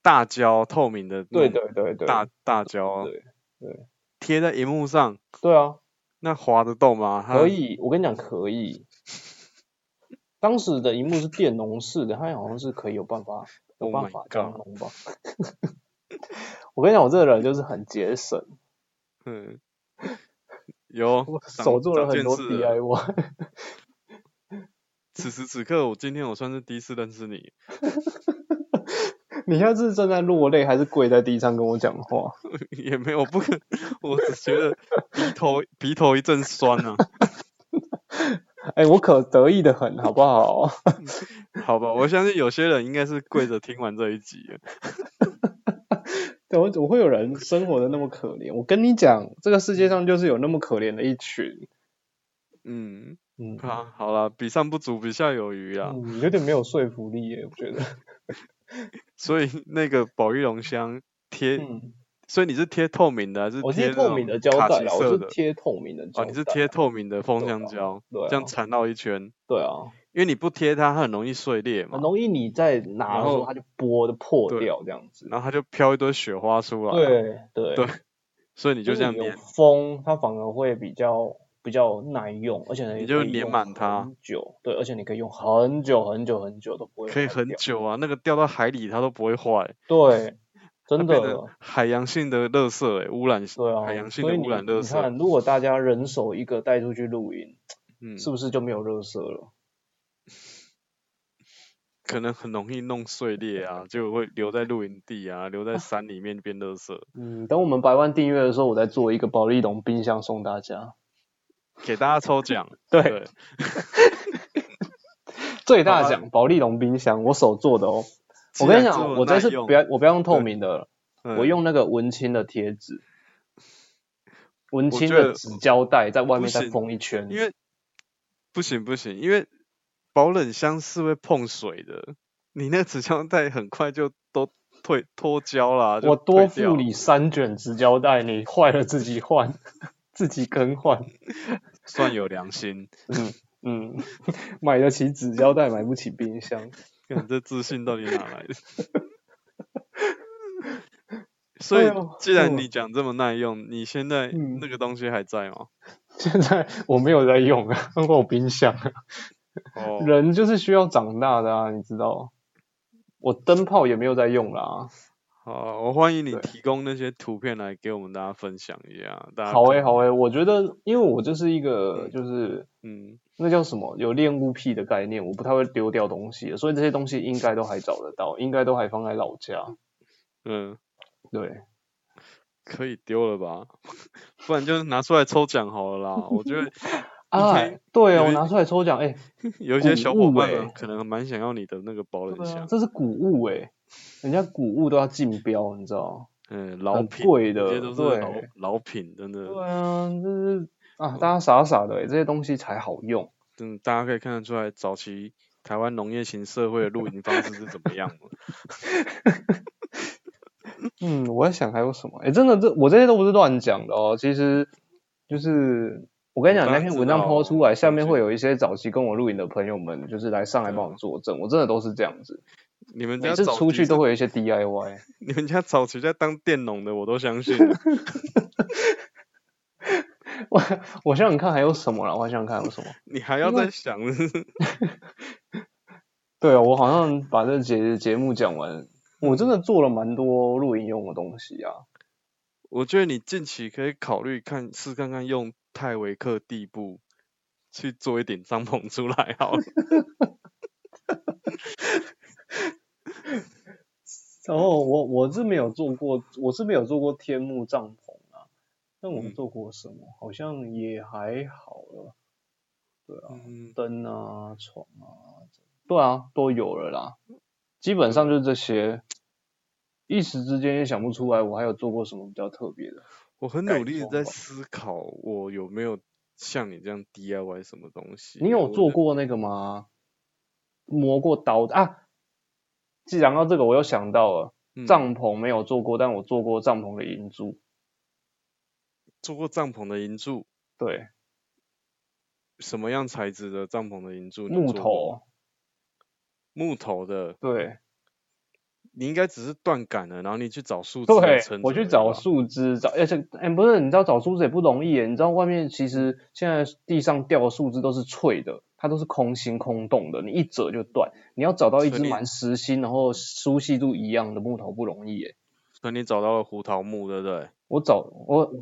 [SPEAKER 1] 大胶透明的那
[SPEAKER 2] 对
[SPEAKER 1] 种
[SPEAKER 2] 对对对，
[SPEAKER 1] 大大胶啊
[SPEAKER 2] 对对
[SPEAKER 1] 贴在荧幕上，
[SPEAKER 2] 对啊，
[SPEAKER 1] 那滑得动吗？它
[SPEAKER 2] 可以，我跟你讲可以。当时的荧幕是电容式的，它好像是可以有办 法有
[SPEAKER 1] Oh
[SPEAKER 2] 办
[SPEAKER 1] my
[SPEAKER 2] 法
[SPEAKER 1] God
[SPEAKER 2] 当容吧。 我跟你讲，我这个人就是很节省。
[SPEAKER 1] 嗯， 有
[SPEAKER 2] 我
[SPEAKER 1] 长
[SPEAKER 2] 手做了
[SPEAKER 1] 长
[SPEAKER 2] 很
[SPEAKER 1] 见
[SPEAKER 2] 多啊
[SPEAKER 1] 识了
[SPEAKER 2] DIY，
[SPEAKER 1] 此时此刻，我今天我算是第一次认识你，
[SPEAKER 2] 你现在是正在落泪还是跪在地上跟我讲话？
[SPEAKER 1] 也没有不可， 我只觉得鼻头鼻头一阵酸啊。
[SPEAKER 2] 哎、我可得意的很，好不好？
[SPEAKER 1] 好吧，我相信有些人应该是跪着听完这一集了。
[SPEAKER 2] 怎么怎么会有人生活的那么可怜？我跟你讲，这个世界上就是有那么可怜的一群，
[SPEAKER 1] 嗯，
[SPEAKER 2] 嗯，
[SPEAKER 1] 啊，好啦，比上不足，比下有余啦。
[SPEAKER 2] 嗯，有点没有说服力耶，我 觉得。
[SPEAKER 1] 所以那个保育龙箱贴，
[SPEAKER 2] 嗯，
[SPEAKER 1] 所以你是贴透明的还是
[SPEAKER 2] 我
[SPEAKER 1] 贴
[SPEAKER 2] 贴
[SPEAKER 1] 那
[SPEAKER 2] 透
[SPEAKER 1] 种
[SPEAKER 2] 明的胶
[SPEAKER 1] 卡
[SPEAKER 2] 带
[SPEAKER 1] 其
[SPEAKER 2] 啦，
[SPEAKER 1] 色
[SPEAKER 2] 我是
[SPEAKER 1] 的
[SPEAKER 2] 贴透明的胶带、
[SPEAKER 1] 哦，你是贴？透明的封
[SPEAKER 2] 对
[SPEAKER 1] 箱
[SPEAKER 2] 啊
[SPEAKER 1] 胶，
[SPEAKER 2] 对
[SPEAKER 1] 这样哦
[SPEAKER 2] 啊
[SPEAKER 1] 缠绕一圈，
[SPEAKER 2] 对啊，
[SPEAKER 1] 因为你不贴它，它很容易碎裂嘛
[SPEAKER 2] 很，容易你在拿的时
[SPEAKER 1] 然
[SPEAKER 2] 候
[SPEAKER 1] 后
[SPEAKER 2] 它就剥的破
[SPEAKER 1] 对
[SPEAKER 2] 掉这样子。
[SPEAKER 1] 然后它就飘一堆雪花出来啊。
[SPEAKER 2] 对对
[SPEAKER 1] 对所以你就
[SPEAKER 2] 就是
[SPEAKER 1] 这样
[SPEAKER 2] 有
[SPEAKER 1] 粘，
[SPEAKER 2] 风，它反而会比较比较耐用，而且呢
[SPEAKER 1] 你
[SPEAKER 2] 也
[SPEAKER 1] 就
[SPEAKER 2] 可以
[SPEAKER 1] 粘
[SPEAKER 2] 用
[SPEAKER 1] 满它
[SPEAKER 2] 很久，对，而且你可以用很久很久很久都不会
[SPEAKER 1] 可以
[SPEAKER 2] 坏
[SPEAKER 1] 很
[SPEAKER 2] 掉
[SPEAKER 1] 久啊，那个掉到海里它都不会坏，
[SPEAKER 2] 对，
[SPEAKER 1] 它
[SPEAKER 2] 真
[SPEAKER 1] 变
[SPEAKER 2] 的哦
[SPEAKER 1] 成海洋性的垃圾、欸，污染性
[SPEAKER 2] 对啊，
[SPEAKER 1] 海洋性
[SPEAKER 2] 所
[SPEAKER 1] 的
[SPEAKER 2] 以
[SPEAKER 1] 污
[SPEAKER 2] 你
[SPEAKER 1] 染垃
[SPEAKER 2] 你
[SPEAKER 1] 圾，
[SPEAKER 2] 看，如果大家人手一个带出去露营，
[SPEAKER 1] 嗯，
[SPEAKER 2] 是不是就没有热色了？
[SPEAKER 1] 可能很容易弄碎裂啊，就会留在露营地啊，留在山里面变垃圾。
[SPEAKER 2] 嗯，等我们百万订阅的时候，我再做一个保利龙冰箱送大家。
[SPEAKER 1] 给大家抽奖，
[SPEAKER 2] 对，
[SPEAKER 4] 对，
[SPEAKER 2] 最大奖保利龙冰箱，我手做的哦。我跟你
[SPEAKER 1] 啊既然这
[SPEAKER 2] 讲，
[SPEAKER 1] 么
[SPEAKER 2] 我这次
[SPEAKER 1] 耐用
[SPEAKER 2] 不要我不要用透明的了，
[SPEAKER 1] 嗯
[SPEAKER 2] 我用那个文青的贴纸，文青
[SPEAKER 1] 我觉
[SPEAKER 2] 的
[SPEAKER 1] 得
[SPEAKER 2] 纸胶带在外面再
[SPEAKER 1] 不行
[SPEAKER 2] 封一圈，
[SPEAKER 1] 嗯因为不行不行，因为保冷箱是会碰水的，你那个纸箱带很快就都退脱胶啦。就
[SPEAKER 2] 我
[SPEAKER 1] 退
[SPEAKER 2] 多
[SPEAKER 1] 掉
[SPEAKER 2] 付你三卷纸胶带，你坏了自己换， 自己更换。
[SPEAKER 1] 算有良 心，
[SPEAKER 2] 嗯嗯， 买得起纸胶带，买不起冰箱。
[SPEAKER 1] 看这自信到底哪来 的？所
[SPEAKER 2] 哎
[SPEAKER 1] 以
[SPEAKER 2] 呦，
[SPEAKER 1] 既然
[SPEAKER 2] 嗯
[SPEAKER 1] 你讲这么耐用，你现在
[SPEAKER 2] 嗯
[SPEAKER 1] 那个东西还在 吗？
[SPEAKER 2] 现在我没有在用啊，我有冰箱啊。
[SPEAKER 1] 哦，
[SPEAKER 2] 人就是需要长大的啊，你知道。我灯泡也没有在用啦。
[SPEAKER 1] 好，我欢迎你
[SPEAKER 2] 对
[SPEAKER 1] 提供那些图片来给我们大家分享一下。大家
[SPEAKER 2] 好
[SPEAKER 1] 可
[SPEAKER 2] 诶、
[SPEAKER 1] 能
[SPEAKER 2] 好诶、我觉得因为我就是一个就是
[SPEAKER 1] 嗯，
[SPEAKER 2] 那叫什么有恋物癖的概念，我不太会丢掉东西的，所以这些东西应该都还找得到，应该都还放在老家。
[SPEAKER 1] 嗯，
[SPEAKER 2] 对，
[SPEAKER 1] 可以丢了吧？ 不然就拿出来抽奖好了 啦。我觉得
[SPEAKER 2] 啊
[SPEAKER 1] 天，
[SPEAKER 2] 对啊，
[SPEAKER 1] 有
[SPEAKER 2] 我
[SPEAKER 1] 一
[SPEAKER 2] 拿出来抽奖，哎、
[SPEAKER 1] 有一些
[SPEAKER 2] 谷
[SPEAKER 1] 小伙
[SPEAKER 2] 物
[SPEAKER 1] 伴
[SPEAKER 2] 欸
[SPEAKER 1] 们可能蛮想要你的那个保冷
[SPEAKER 2] 对啊
[SPEAKER 1] 箱，
[SPEAKER 2] 这是古物哎、人家古物都要竞标，你知道？
[SPEAKER 1] 嗯，老
[SPEAKER 2] 很
[SPEAKER 1] 品，
[SPEAKER 2] 贵
[SPEAKER 1] 这些
[SPEAKER 2] 的
[SPEAKER 1] 都是
[SPEAKER 2] 对
[SPEAKER 1] 老老品，真的，
[SPEAKER 2] 对啊，这是啊，大家傻傻的、欸，这些东西才好用。
[SPEAKER 1] 嗯，大家可以看得出来，早期台湾农业型社会的露营方式是怎么样的。
[SPEAKER 2] 嗯，我在想还有什么？哎、真的，这我这些都不是乱讲的哦。其实就是我跟你
[SPEAKER 1] 我当
[SPEAKER 2] 讲，那
[SPEAKER 1] 然
[SPEAKER 2] 篇
[SPEAKER 1] 知
[SPEAKER 2] 文章
[SPEAKER 1] 道
[SPEAKER 2] 抛出来，下面
[SPEAKER 1] 对
[SPEAKER 2] 会有一些早期跟我录影的朋友们，就是来上来帮我作证。我真的都是这样子，
[SPEAKER 1] 你们
[SPEAKER 2] 每
[SPEAKER 1] 家
[SPEAKER 2] 次
[SPEAKER 1] 早
[SPEAKER 2] 出
[SPEAKER 1] 期
[SPEAKER 2] 去
[SPEAKER 1] 是
[SPEAKER 2] 都会有一些 DIY。
[SPEAKER 1] 你们家早期在当佃农的，我都相信了。
[SPEAKER 2] 我我想想看还有什么啦，我想想看还有什么。
[SPEAKER 1] 你还要
[SPEAKER 2] 因为
[SPEAKER 1] 再想， 是不是
[SPEAKER 2] 对啊，我好像把这节节目讲完，我真的做了蛮多录影用的东西啊。
[SPEAKER 1] 我觉得你近期可以考虑看试看看用泰维克地布去做一顶帐篷出来好 了。
[SPEAKER 2] 然后我我是没有做过，我是没有做过天幕帐篷啊。但我
[SPEAKER 1] 嗯
[SPEAKER 2] 做过什么？好像也还好了，
[SPEAKER 1] 嗯，
[SPEAKER 2] 灯啊、床啊，对啊，都有了啦。基本上就是这些，一时之间也想不出来我还有做过什么比较特别的。
[SPEAKER 1] 我很
[SPEAKER 2] 改
[SPEAKER 1] 努力的
[SPEAKER 2] 装
[SPEAKER 1] 在
[SPEAKER 2] 吧
[SPEAKER 1] 思考，我有没有像你这样 DIY 什么东西？
[SPEAKER 2] 你有
[SPEAKER 1] 我
[SPEAKER 2] 做
[SPEAKER 1] 的？
[SPEAKER 2] 过那个吗？磨过刀的啊？既然到这个，我又想到了，
[SPEAKER 1] 嗯
[SPEAKER 2] 帐篷没有做过，但我做过帐篷的银柱。
[SPEAKER 1] 做过帐篷的银柱，
[SPEAKER 2] 对，
[SPEAKER 1] 什么样材质的帐篷的银柱？你
[SPEAKER 2] 木
[SPEAKER 1] 做过吗，
[SPEAKER 2] 头，
[SPEAKER 1] 木头的，
[SPEAKER 2] 对
[SPEAKER 1] 你应该只是断杆了，然后你去找树枝来
[SPEAKER 2] 对
[SPEAKER 1] 撑，
[SPEAKER 2] 我
[SPEAKER 1] 着
[SPEAKER 2] 去
[SPEAKER 1] 而已啊
[SPEAKER 2] 找
[SPEAKER 1] 吧，
[SPEAKER 2] 树枝，找，而且，哎，不是，你知道找树枝也不容易耶，你知道外面其实现在地上掉的树枝都是脆的，它都是空心空洞的，你一折就断，你要找到一
[SPEAKER 1] 所
[SPEAKER 2] 只
[SPEAKER 1] 以你
[SPEAKER 2] 蛮实心，然后粗细度一样的木头不容易耶。
[SPEAKER 1] 所以你找到了胡桃木，对不对？
[SPEAKER 2] 我找我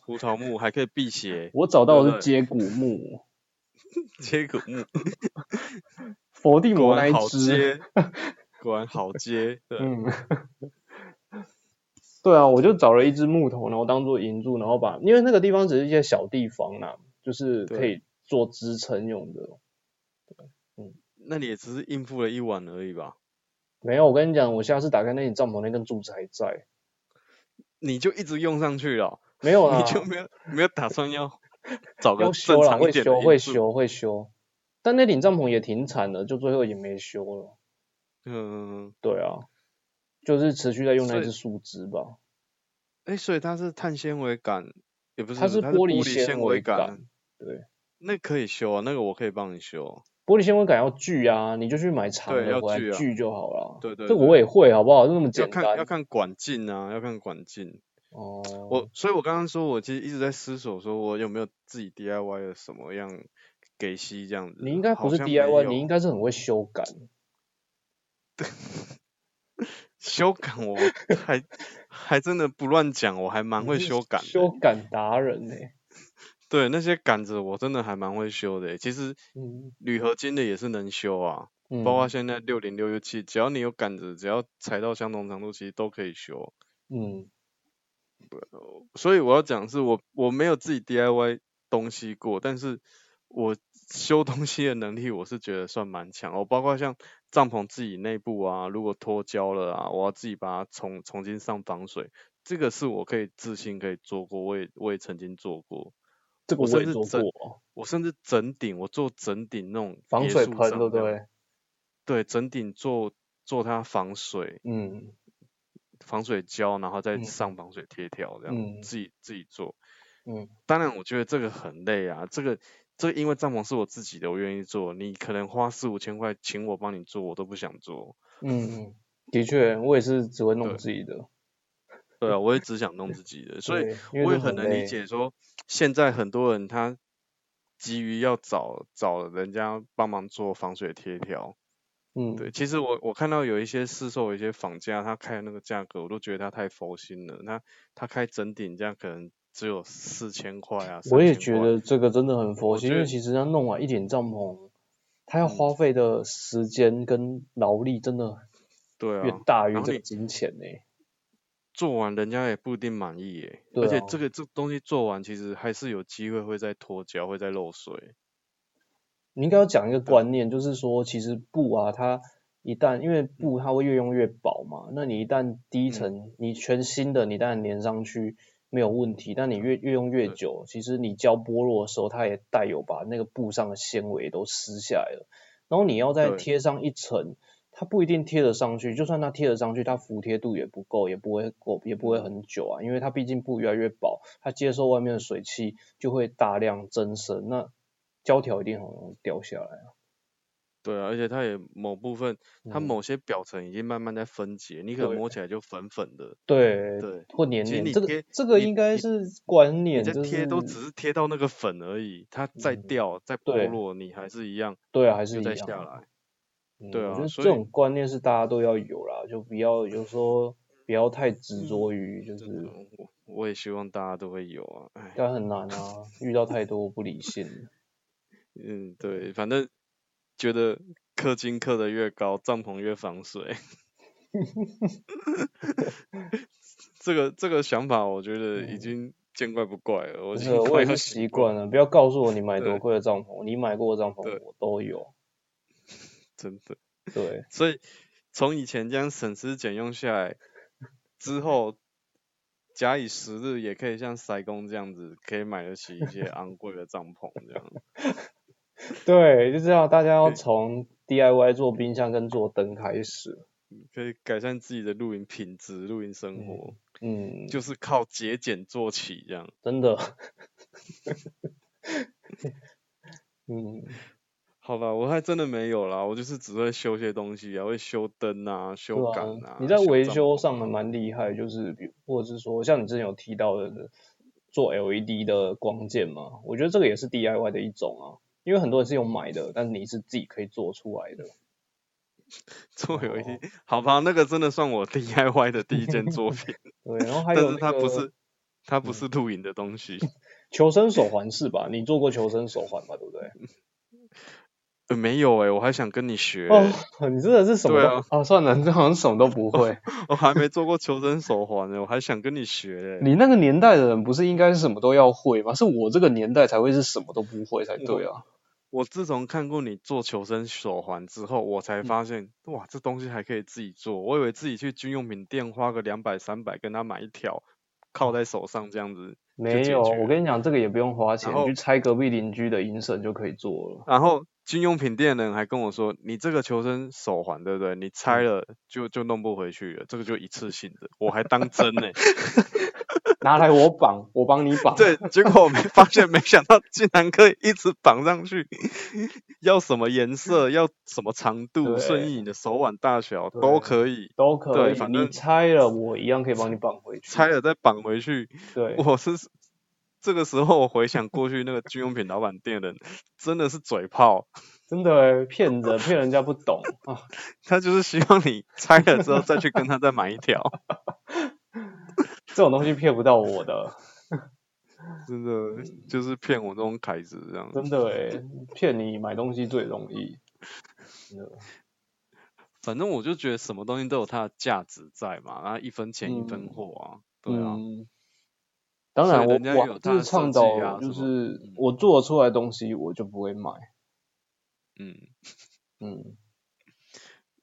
[SPEAKER 1] 胡桃木还可以辟 邪，
[SPEAKER 2] 我找到
[SPEAKER 1] 对
[SPEAKER 2] 的
[SPEAKER 1] 对
[SPEAKER 2] 是接骨木，
[SPEAKER 1] 接骨木，
[SPEAKER 2] 佛地魔
[SPEAKER 1] 果
[SPEAKER 2] 那
[SPEAKER 1] 然
[SPEAKER 2] 一
[SPEAKER 1] 好
[SPEAKER 2] 只，
[SPEAKER 1] 接， 果然好接，对，
[SPEAKER 2] 嗯， 对啊，我就找了一只木头，然后当做银柱，然后把，因为那个地方只是一些小地方啦、就是可以做支撑用的。
[SPEAKER 1] 那你也只是应付了一晚而已吧？
[SPEAKER 2] 没有，我跟你讲，我下次打开那顶帐篷，那根柱子还在。
[SPEAKER 1] 你就一直用上去了，
[SPEAKER 2] 没有啦
[SPEAKER 1] 你，就没有没有打算 要找个
[SPEAKER 2] 啊要修
[SPEAKER 1] 正
[SPEAKER 2] 啦，
[SPEAKER 1] 常
[SPEAKER 2] 会
[SPEAKER 1] 一点的
[SPEAKER 2] 修，
[SPEAKER 1] 银
[SPEAKER 2] 会
[SPEAKER 1] 柱，
[SPEAKER 2] 修，会修。但那顶帐篷也停产了，就最后也没修了。
[SPEAKER 1] 嗯，
[SPEAKER 2] 对啊，就是持续在用那
[SPEAKER 1] 所以
[SPEAKER 2] 只树枝吧。
[SPEAKER 1] 哎、所以它是碳纤维杆，也不是，
[SPEAKER 2] 它是玻璃
[SPEAKER 1] 璃
[SPEAKER 2] 纤
[SPEAKER 1] 纤
[SPEAKER 2] 维
[SPEAKER 1] 杆
[SPEAKER 2] 杆，对，
[SPEAKER 1] 那可以修啊，那个我可以帮你修，
[SPEAKER 2] 玻璃纤维杆要锯啊，你就去买长
[SPEAKER 1] 对要
[SPEAKER 2] 的回
[SPEAKER 1] 锯啊
[SPEAKER 2] 来锯就好了。
[SPEAKER 1] 对对
[SPEAKER 2] 这
[SPEAKER 1] 对
[SPEAKER 2] 我也会，好不好？就那么
[SPEAKER 1] 要
[SPEAKER 2] 简
[SPEAKER 1] 看
[SPEAKER 2] 单。
[SPEAKER 1] 要看管径啊，要看管径。
[SPEAKER 2] 哦，
[SPEAKER 1] 我所以，我刚刚说，我其实一直在思索，说我有没有自己 DIY 的什么样给息这样子。
[SPEAKER 2] 你应该
[SPEAKER 1] 好
[SPEAKER 2] 不是
[SPEAKER 1] 像没有
[SPEAKER 2] DIY，你应该是很会修改。
[SPEAKER 1] 修改我还还真的不乱讲，我 还蛮
[SPEAKER 2] 你
[SPEAKER 1] 会
[SPEAKER 2] 是
[SPEAKER 1] 修改的。
[SPEAKER 2] 修改达人欸呢、
[SPEAKER 1] 对那些杆子，我真的还蛮会修的欸。其实
[SPEAKER 2] 嗯
[SPEAKER 1] 铝合金的也是能修啊，
[SPEAKER 2] 嗯，
[SPEAKER 1] 包括现在六零六六七，只要你有杆子，只要裁到相同长度，其实都可以修。
[SPEAKER 2] 嗯
[SPEAKER 1] 所以我要讲的是我我没有自己 DIY 东西过，但是我修东西的能力我是觉得算蛮强哦，包括像帐篷自己内部啊，如果脱胶了啊，我要自己把它重重新上防水，这个是我可以自信可以做过，我也我也曾经做过，
[SPEAKER 2] 这个
[SPEAKER 1] 我
[SPEAKER 2] 我
[SPEAKER 1] 甚
[SPEAKER 2] 也
[SPEAKER 1] 至
[SPEAKER 2] 做
[SPEAKER 1] 整
[SPEAKER 2] 过哦，
[SPEAKER 1] 我甚至整顶我做整顶那种
[SPEAKER 2] 防
[SPEAKER 1] 别
[SPEAKER 2] 水
[SPEAKER 1] 墅
[SPEAKER 2] 盆
[SPEAKER 1] 帐
[SPEAKER 2] 对不
[SPEAKER 1] 这样
[SPEAKER 2] 对？
[SPEAKER 1] 对，整顶做做它防水，
[SPEAKER 2] 嗯
[SPEAKER 1] 防水胶，然后再
[SPEAKER 2] 嗯
[SPEAKER 1] 上防水贴条，这样、
[SPEAKER 2] 嗯
[SPEAKER 1] 自己自己做。
[SPEAKER 2] 嗯
[SPEAKER 1] 当然，我觉得这个很累啊，这个这个因为帐篷是我自己的，我愿意做。你可能花四五千块请我帮你做，我都不想做。
[SPEAKER 2] 嗯嗯，的确，我也是只会弄
[SPEAKER 1] 对
[SPEAKER 2] 自己的，
[SPEAKER 1] 对啊，我也只想弄自己的，所以
[SPEAKER 2] 对因为
[SPEAKER 1] 我也
[SPEAKER 2] 这
[SPEAKER 1] 很
[SPEAKER 2] 很
[SPEAKER 1] 能理
[SPEAKER 2] 累
[SPEAKER 1] 解说，现在很多人他急于要找找人家帮忙做防水贴条。
[SPEAKER 2] 嗯
[SPEAKER 1] 对，其实我我看到有一些市售有一些仿价，他开的那个价格，我都觉得他太佛心了。那他开整顶这样可能只有四千块啊，
[SPEAKER 2] 我也
[SPEAKER 1] 3000
[SPEAKER 2] 觉
[SPEAKER 1] 块
[SPEAKER 2] 得这个真的很佛
[SPEAKER 1] 我
[SPEAKER 2] 心，
[SPEAKER 1] 觉
[SPEAKER 2] 因为
[SPEAKER 1] 得
[SPEAKER 2] 其实要弄完一顶帐篷，它要
[SPEAKER 1] 嗯
[SPEAKER 2] 花费的时间跟劳力真的
[SPEAKER 1] 对啊，
[SPEAKER 2] 远大于
[SPEAKER 1] 然后
[SPEAKER 2] 这个
[SPEAKER 1] 你
[SPEAKER 2] 金钱呢、
[SPEAKER 1] 做完人家也不一定满意耶，
[SPEAKER 2] 对
[SPEAKER 1] 而且
[SPEAKER 2] 啊
[SPEAKER 1] 这个这东西做完其实还是有机会会再脱胶，会再漏水。
[SPEAKER 2] 你应该要讲一个
[SPEAKER 1] 啊
[SPEAKER 2] 观念，就是说，其实布啊，它一旦因为布它会越用越薄嘛，那你一旦第一
[SPEAKER 1] 嗯
[SPEAKER 2] 层你全新的，你当然粘上去没有问题，但你越越用越
[SPEAKER 1] 对
[SPEAKER 2] 久，其实你胶剥落的时候，它也带有把那个布上的纤维都撕下来了，然后你要再
[SPEAKER 1] 对
[SPEAKER 2] 贴上一层。它不一定贴得上去，就算它贴得上去，它服帖度也不够，也不会够，也不会
[SPEAKER 1] 嗯
[SPEAKER 2] 很久啊，因为它毕竟布越来越薄，它接受外面的水汽就会大量增生，那胶条一定很容易掉下来啊。
[SPEAKER 1] 对啊，而且它也某部分，它
[SPEAKER 2] 嗯
[SPEAKER 1] 某些表层已经慢慢在分解，你可
[SPEAKER 2] 对
[SPEAKER 1] 能摸起来就粉粉的。
[SPEAKER 2] 对
[SPEAKER 1] 对，
[SPEAKER 2] 或黏
[SPEAKER 1] 其实
[SPEAKER 2] 黏，
[SPEAKER 1] 你
[SPEAKER 2] 这个
[SPEAKER 1] 贴
[SPEAKER 2] 这个
[SPEAKER 1] 你
[SPEAKER 2] 应该
[SPEAKER 1] 你
[SPEAKER 2] 是观
[SPEAKER 1] 你
[SPEAKER 2] 念，
[SPEAKER 1] 在
[SPEAKER 2] 就
[SPEAKER 1] 贴
[SPEAKER 2] 是
[SPEAKER 1] 都只是贴到那个粉而已，它再
[SPEAKER 2] 嗯
[SPEAKER 1] 掉、再
[SPEAKER 2] 对
[SPEAKER 1] 剥落，你还是一样
[SPEAKER 2] 对啊，还
[SPEAKER 1] 就是再
[SPEAKER 2] 一样
[SPEAKER 1] 下
[SPEAKER 2] 啊。
[SPEAKER 1] 来。
[SPEAKER 2] 嗯
[SPEAKER 1] 对
[SPEAKER 2] 我
[SPEAKER 1] 啊
[SPEAKER 2] 觉得
[SPEAKER 1] 所
[SPEAKER 2] 这
[SPEAKER 1] 以
[SPEAKER 2] 种观念是大家都要有啦，就不要有时候不要太执
[SPEAKER 1] 嗯
[SPEAKER 2] 着于，就
[SPEAKER 1] 真
[SPEAKER 2] 是
[SPEAKER 1] 的，哦嗯我我也希望大家都会有啊，哎，
[SPEAKER 2] 但很难啊，遇到太多不理性的。
[SPEAKER 1] 嗯，对，反正觉得氪金氪的越高，帐篷越防水。 这个这个想法，我觉得已
[SPEAKER 2] 嗯
[SPEAKER 1] 经见怪不怪了，我已
[SPEAKER 2] 真
[SPEAKER 1] 经
[SPEAKER 2] 的，我
[SPEAKER 1] 快
[SPEAKER 2] 也
[SPEAKER 1] 要
[SPEAKER 2] 是
[SPEAKER 1] 习
[SPEAKER 2] 习
[SPEAKER 1] 惯
[SPEAKER 2] 惯了。不要告诉我你买多
[SPEAKER 1] 对
[SPEAKER 2] 贵的帐篷，你买过的帐篷
[SPEAKER 1] 对
[SPEAKER 2] 我都有。
[SPEAKER 1] 真的。
[SPEAKER 2] 对，
[SPEAKER 1] 所以从以前这样省吃俭用下来之后，假以时日，也可以像塞工这样子，可以买得起一 些昂贵的帐篷这样。
[SPEAKER 2] 对，就这样，大家要
[SPEAKER 1] 对
[SPEAKER 2] 从 DIY 做冰箱跟做灯开始。
[SPEAKER 1] 可以改善自己的露营品质、露营生活，
[SPEAKER 2] 嗯，
[SPEAKER 1] 就是靠节俭做起这样。
[SPEAKER 2] 真的。 嗯，
[SPEAKER 1] 好吧，我还真的没有啦，我就是只会修些东西啊，会修灯啊、
[SPEAKER 2] 对
[SPEAKER 1] 修
[SPEAKER 2] 啊
[SPEAKER 1] 杆啊。
[SPEAKER 2] 你在
[SPEAKER 1] 修
[SPEAKER 2] 维
[SPEAKER 1] 帐
[SPEAKER 2] 修
[SPEAKER 1] 篷
[SPEAKER 2] 上还蛮厉害，就是比或者是说像你之前有提到的做 LED 的光剑嘛，我觉得这个也是 DIY 的一种啊，因为很多人是用买的，但你是自己可以做出来的。
[SPEAKER 1] 做有一
[SPEAKER 2] 哦
[SPEAKER 1] 些，好吧，那个真的算我 DIY 的第一件作品，
[SPEAKER 2] 对，然 后还
[SPEAKER 1] 但
[SPEAKER 2] 有
[SPEAKER 1] 是它
[SPEAKER 2] 那
[SPEAKER 1] 不
[SPEAKER 2] 个嗯
[SPEAKER 1] 是它不是露营的东西，
[SPEAKER 2] 求生手环是吧？你做过求生手环吧，对不对？
[SPEAKER 1] 呃没有哎、我还想跟你学欸、
[SPEAKER 2] 哦，你真的是什么
[SPEAKER 1] 对
[SPEAKER 2] 都
[SPEAKER 1] 啊
[SPEAKER 2] 啊算了，你好像什么都不会。
[SPEAKER 1] 我还没做过求生手环欸呢、我还想跟你学欸
[SPEAKER 2] 你那个年代的人不是应该是什么都要会吗？是我这个年代才会是什么都不会才对啊。
[SPEAKER 1] 我自从看过你做求生手环之后，我
[SPEAKER 2] 嗯
[SPEAKER 1] 才发现，哇，这东西还可以自己做。我以为自己去军用品店花个两百三百跟他买一条，铐
[SPEAKER 2] 哦
[SPEAKER 1] 在手上这样子。
[SPEAKER 2] 没
[SPEAKER 1] 解
[SPEAKER 2] 有，
[SPEAKER 1] 决
[SPEAKER 2] 我跟你讲，这个也不用花钱，
[SPEAKER 1] 然后
[SPEAKER 2] 你去拆隔壁邻居的银绳就可以做了。
[SPEAKER 1] 然后军用品店的人还跟我说，你这个求生手环对不对？你拆
[SPEAKER 2] 嗯
[SPEAKER 1] 了就就弄不回去了，这个就一次性的。我还当真 呢、
[SPEAKER 2] 拿来我绑，我帮你绑。
[SPEAKER 1] 对，结果我没发现，没想到竟然可以一直绑上去，要什么颜色，要什么 长度，顺应你的手腕大小
[SPEAKER 2] 对
[SPEAKER 1] 都可以。
[SPEAKER 2] 都可
[SPEAKER 1] 对
[SPEAKER 2] 以。
[SPEAKER 1] 反
[SPEAKER 2] 你
[SPEAKER 1] 正
[SPEAKER 2] 拆了，我一样可以帮你绑回去。
[SPEAKER 1] 拆了再绑回去。
[SPEAKER 2] 对，
[SPEAKER 1] 我是这个时候我回想过去那个军用品老板店的人，真的是嘴炮，
[SPEAKER 2] 真的欸骗人，骗人家不懂啊。
[SPEAKER 1] 他就是希望你拆了之后再去跟他再买一条，
[SPEAKER 2] 这种东西骗不到我的，
[SPEAKER 1] 真的就是骗我这种凯子这样。
[SPEAKER 2] 真的诶，骗你买东西最容易。真的
[SPEAKER 1] 反正我就觉得什么东西都有它的价值在嘛，然后一分钱一分
[SPEAKER 2] 嗯
[SPEAKER 1] 货啊，对啊。
[SPEAKER 2] 嗯，当
[SPEAKER 1] 所
[SPEAKER 2] 然
[SPEAKER 1] 以
[SPEAKER 2] 我，
[SPEAKER 1] 人家
[SPEAKER 2] 我
[SPEAKER 1] 有它
[SPEAKER 2] 就
[SPEAKER 1] 的
[SPEAKER 2] 是
[SPEAKER 1] 设
[SPEAKER 2] 倡
[SPEAKER 1] 计
[SPEAKER 2] 导
[SPEAKER 1] 啊
[SPEAKER 2] 就
[SPEAKER 1] 什么
[SPEAKER 2] 是
[SPEAKER 1] 嗯
[SPEAKER 2] 我做得出来的东西我就不会买，
[SPEAKER 1] 嗯，
[SPEAKER 2] 嗯，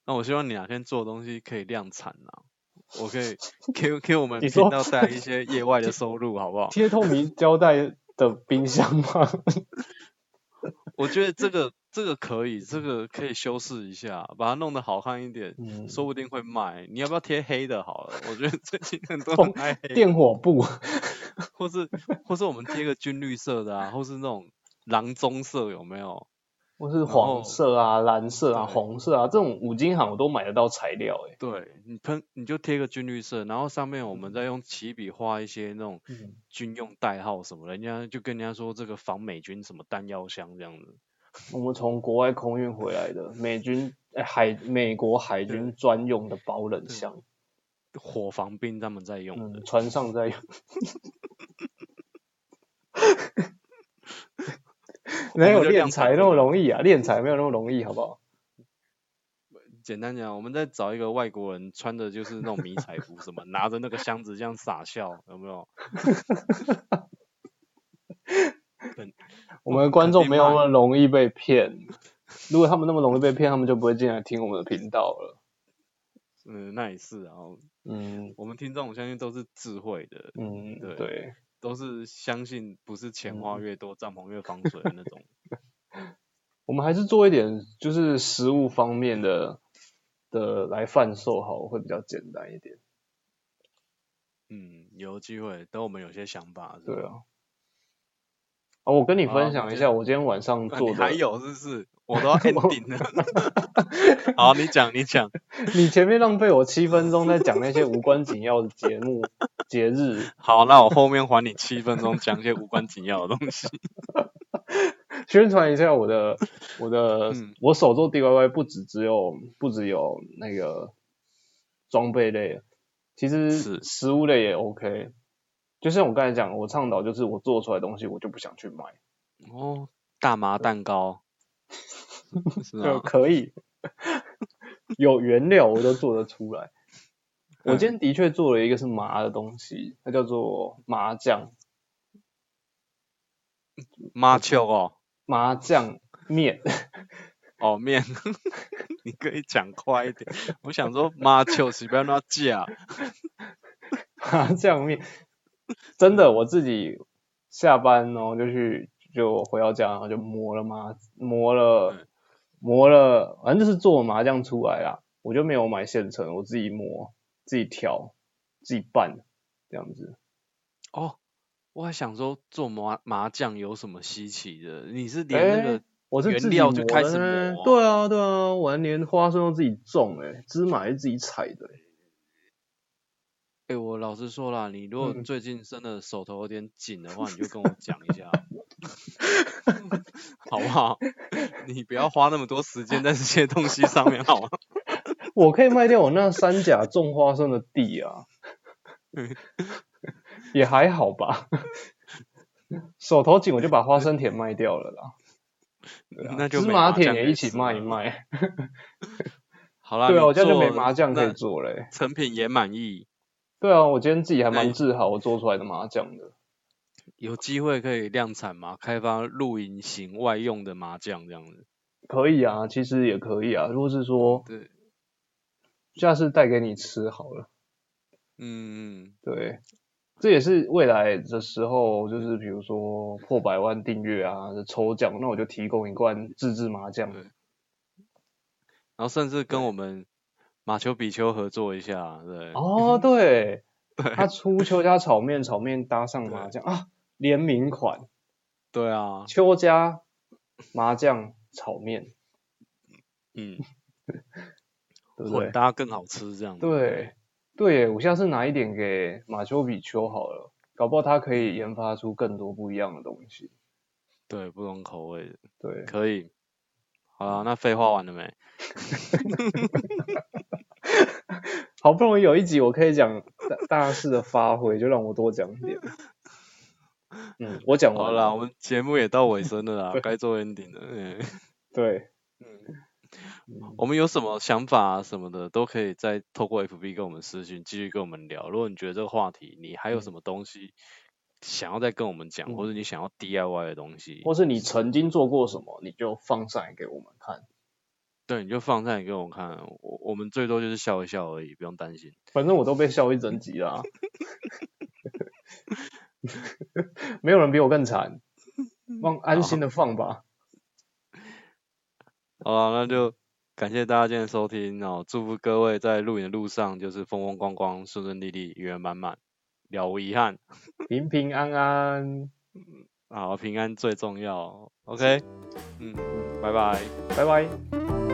[SPEAKER 1] 那我希望你哪天做的东西可以量产啊，我可以给给我们
[SPEAKER 2] 你
[SPEAKER 1] 频
[SPEAKER 2] 说
[SPEAKER 1] 道带来一些业外的收入，好不好？
[SPEAKER 2] 贴透明胶带的冰箱吗？
[SPEAKER 1] 我觉得这个这个可以，这个可以修饰一下，把它弄得好看一点，
[SPEAKER 2] 嗯，
[SPEAKER 1] 说不定会卖。你要不要贴黑的？好了，我觉得最近很 多
[SPEAKER 2] 哦
[SPEAKER 1] 人爱黑，
[SPEAKER 2] 电火布，
[SPEAKER 1] 或是或是我们贴个军绿色的啊，或是那种狼棕色有没有？
[SPEAKER 2] 或是
[SPEAKER 1] 然
[SPEAKER 2] 黄
[SPEAKER 1] 后
[SPEAKER 2] 色啊、蓝色啊、
[SPEAKER 1] 对
[SPEAKER 2] 红色啊，这种五金行我都买得到材料、欸，
[SPEAKER 1] 对你喷你就贴个军绿色，然后上面我们再用起笔画一些那种
[SPEAKER 2] 嗯，
[SPEAKER 1] 军用代号什么的，人家就跟人家说这个防美军什么弹药箱这样子。
[SPEAKER 2] 我们从国外空运回来的美军、哎海美国海军专用的保冷
[SPEAKER 1] 对
[SPEAKER 2] 箱，
[SPEAKER 1] 火防兵他们在用的，
[SPEAKER 2] 嗯，船上在用。
[SPEAKER 1] 我
[SPEAKER 2] 哪
[SPEAKER 1] 们
[SPEAKER 2] 有
[SPEAKER 1] 就
[SPEAKER 2] 炼
[SPEAKER 1] 量产
[SPEAKER 2] 材
[SPEAKER 1] 这
[SPEAKER 2] 那么
[SPEAKER 1] 个
[SPEAKER 2] 容易啊？炼材没有那么容易，好不好？
[SPEAKER 1] 简单讲，我们再找一个外国人，穿的就是那种迷彩服什么，拿着那个箱子这样傻笑，有没有？
[SPEAKER 2] 我们的观众
[SPEAKER 1] 肯定
[SPEAKER 2] 没有那
[SPEAKER 1] 骂
[SPEAKER 2] 么容易被骗。如果他们那么容易被骗，他们就不会进来听我们的频道了。
[SPEAKER 1] 嗯，那也是啊。
[SPEAKER 2] 嗯
[SPEAKER 1] 我们听众我相信都是智慧的，
[SPEAKER 2] 嗯，
[SPEAKER 1] 对
[SPEAKER 2] 对，
[SPEAKER 1] 都是相信不是钱花
[SPEAKER 2] 嗯
[SPEAKER 1] 越多，帐篷越防水的那种。
[SPEAKER 2] 我们还是做一点就是食物方面的的来贩售好，会比较简单一点。
[SPEAKER 1] 嗯，有机会，等我们有些想法是
[SPEAKER 2] 对
[SPEAKER 1] 吧？
[SPEAKER 2] 啊。哦，我跟你
[SPEAKER 1] 好
[SPEAKER 2] 分
[SPEAKER 1] 你
[SPEAKER 2] 享一
[SPEAKER 1] 先
[SPEAKER 2] 下，我今天晚上
[SPEAKER 1] 啊
[SPEAKER 2] 做
[SPEAKER 1] 你
[SPEAKER 2] 的。
[SPEAKER 1] 还有是不 是？我都要 ending 了。好，你讲，你讲。
[SPEAKER 2] 你前面浪费我七分钟在讲那些无关紧要的节目、节日，
[SPEAKER 1] 好，那我后面还你七分钟，讲一些无关紧要的东西。
[SPEAKER 2] 宣传一下 我的我的、
[SPEAKER 1] 嗯
[SPEAKER 2] 我手做 DIY 不止只有不只有那个装备类，其实
[SPEAKER 1] 是
[SPEAKER 2] 食物类也 OK。就像我刚才讲，我倡导就是我做出来的东西，我就不想去买，
[SPEAKER 1] 哦，大麻蛋 糕。是
[SPEAKER 2] 就
[SPEAKER 1] 啊，
[SPEAKER 2] 可以 有原料我都做得出来。我今天的确做了一个是麻的东西，它叫做麻酱
[SPEAKER 1] 麻球哦，
[SPEAKER 2] 麻酱面。
[SPEAKER 1] 哦面， 你可以讲快一点。我想说麻球是不要那架，
[SPEAKER 2] 麻酱面，真的我自己下班然后就去就回到家，然后就磨了麻磨了
[SPEAKER 1] 嗯
[SPEAKER 2] 磨了，反正就是做麻酱出来啦。我就没有买现成，我自己磨、自己调、自己拌这样子。
[SPEAKER 1] 哦，我还想说做麻麻将有什么稀奇的？你是连那
[SPEAKER 2] 诶
[SPEAKER 1] 个、
[SPEAKER 2] 我是
[SPEAKER 1] 原
[SPEAKER 2] 自己
[SPEAKER 1] 料
[SPEAKER 2] 磨
[SPEAKER 1] 就
[SPEAKER 2] 的
[SPEAKER 1] 开始
[SPEAKER 2] 呢
[SPEAKER 1] 磨
[SPEAKER 2] 对啊对啊，我还连花生都自己种诶、芝麻也是自己采的、欸。
[SPEAKER 1] 哎、我老实说啦，你如果
[SPEAKER 2] 嗯
[SPEAKER 1] 最近真的手头有点紧的话，你就跟我讲一 下，啊好不好？ 你不要花那么多时间在这些东西上面，好吗？
[SPEAKER 2] 我可以卖掉我那三甲种花生的 地啊，也还好吧。 手头紧，我就把花生田卖掉了啦。对啊
[SPEAKER 1] 那就
[SPEAKER 2] 芝
[SPEAKER 1] 没
[SPEAKER 2] 麻
[SPEAKER 1] 麻
[SPEAKER 2] 田
[SPEAKER 1] 将可
[SPEAKER 2] 也
[SPEAKER 1] 以
[SPEAKER 2] 一起
[SPEAKER 1] 吃
[SPEAKER 2] 卖一
[SPEAKER 1] 了
[SPEAKER 2] 卖。
[SPEAKER 1] 好啦，
[SPEAKER 2] 对啊，
[SPEAKER 1] 你
[SPEAKER 2] 我这样就没
[SPEAKER 1] 做
[SPEAKER 2] 麻将可以
[SPEAKER 1] 那
[SPEAKER 2] 做嘞、
[SPEAKER 1] 成品也满意，
[SPEAKER 2] 对啊，我今天自己还
[SPEAKER 1] 那
[SPEAKER 2] 蛮
[SPEAKER 1] 你
[SPEAKER 2] 自豪我做出来的麻将的。
[SPEAKER 1] 有机会可以量产嘛？开发露营型外用的麻将这样子。
[SPEAKER 2] 可以啊，其实也可以啊。如果是说
[SPEAKER 1] 对，
[SPEAKER 2] 下次带给你吃好了，
[SPEAKER 1] 嗯，
[SPEAKER 2] 对，这也是未来的时候，就是比如说破百万订阅啊的抽奖，那我就提供一罐自制麻将。
[SPEAKER 1] 对然后甚至跟我们马丘比丘合作一下，啊对，
[SPEAKER 2] 哦，对，他出邱家炒面，炒面搭上麻酱啊，联名款
[SPEAKER 1] 对啊，
[SPEAKER 2] 邱家麻酱炒面，
[SPEAKER 1] 嗯，
[SPEAKER 2] 对不
[SPEAKER 1] 混
[SPEAKER 2] 对？
[SPEAKER 1] 搭更好吃这样子。
[SPEAKER 2] 对，对耶，我下次拿一点给马丘比丘好了，搞不好他可以研发出更多不一样的东西。
[SPEAKER 1] 对，不同口味的
[SPEAKER 2] 对，嗯
[SPEAKER 1] 可以。好啦，那废话完了没？
[SPEAKER 2] 好不容易有一集我可以讲大大师的发挥，就让我多讲一点。嗯，我讲
[SPEAKER 1] 好
[SPEAKER 2] 完
[SPEAKER 1] 啦，
[SPEAKER 2] 了。
[SPEAKER 1] 我们节目也到尾声了 啦，该做 ending 了。嗯
[SPEAKER 2] 对，嗯
[SPEAKER 1] 我们有什么想法啊什么的，都可以再透过 FB 跟我们私讯继续跟我们聊。如果你觉得这个话题你还有什么东西想要再跟我们讲，
[SPEAKER 2] 嗯
[SPEAKER 1] 或者你想要 DIY 的东西，
[SPEAKER 2] 或是你曾经做过什么，你就放上来给我们看。
[SPEAKER 1] 对，你就放上来给我看，我我们最多就是笑一笑而已，不用担心。
[SPEAKER 2] 反正我都被笑一整集啦、 没有人比我更惨，放安心的放吧。
[SPEAKER 1] 好啊，那就感谢大家今天的收听哦，祝福各位在露营的路上就是风风光光、顺顺利利、圆圆满满，了无遗憾。
[SPEAKER 2] 平平安安，
[SPEAKER 1] 哦好，平安最重要。OK，嗯，拜拜。
[SPEAKER 2] 拜拜。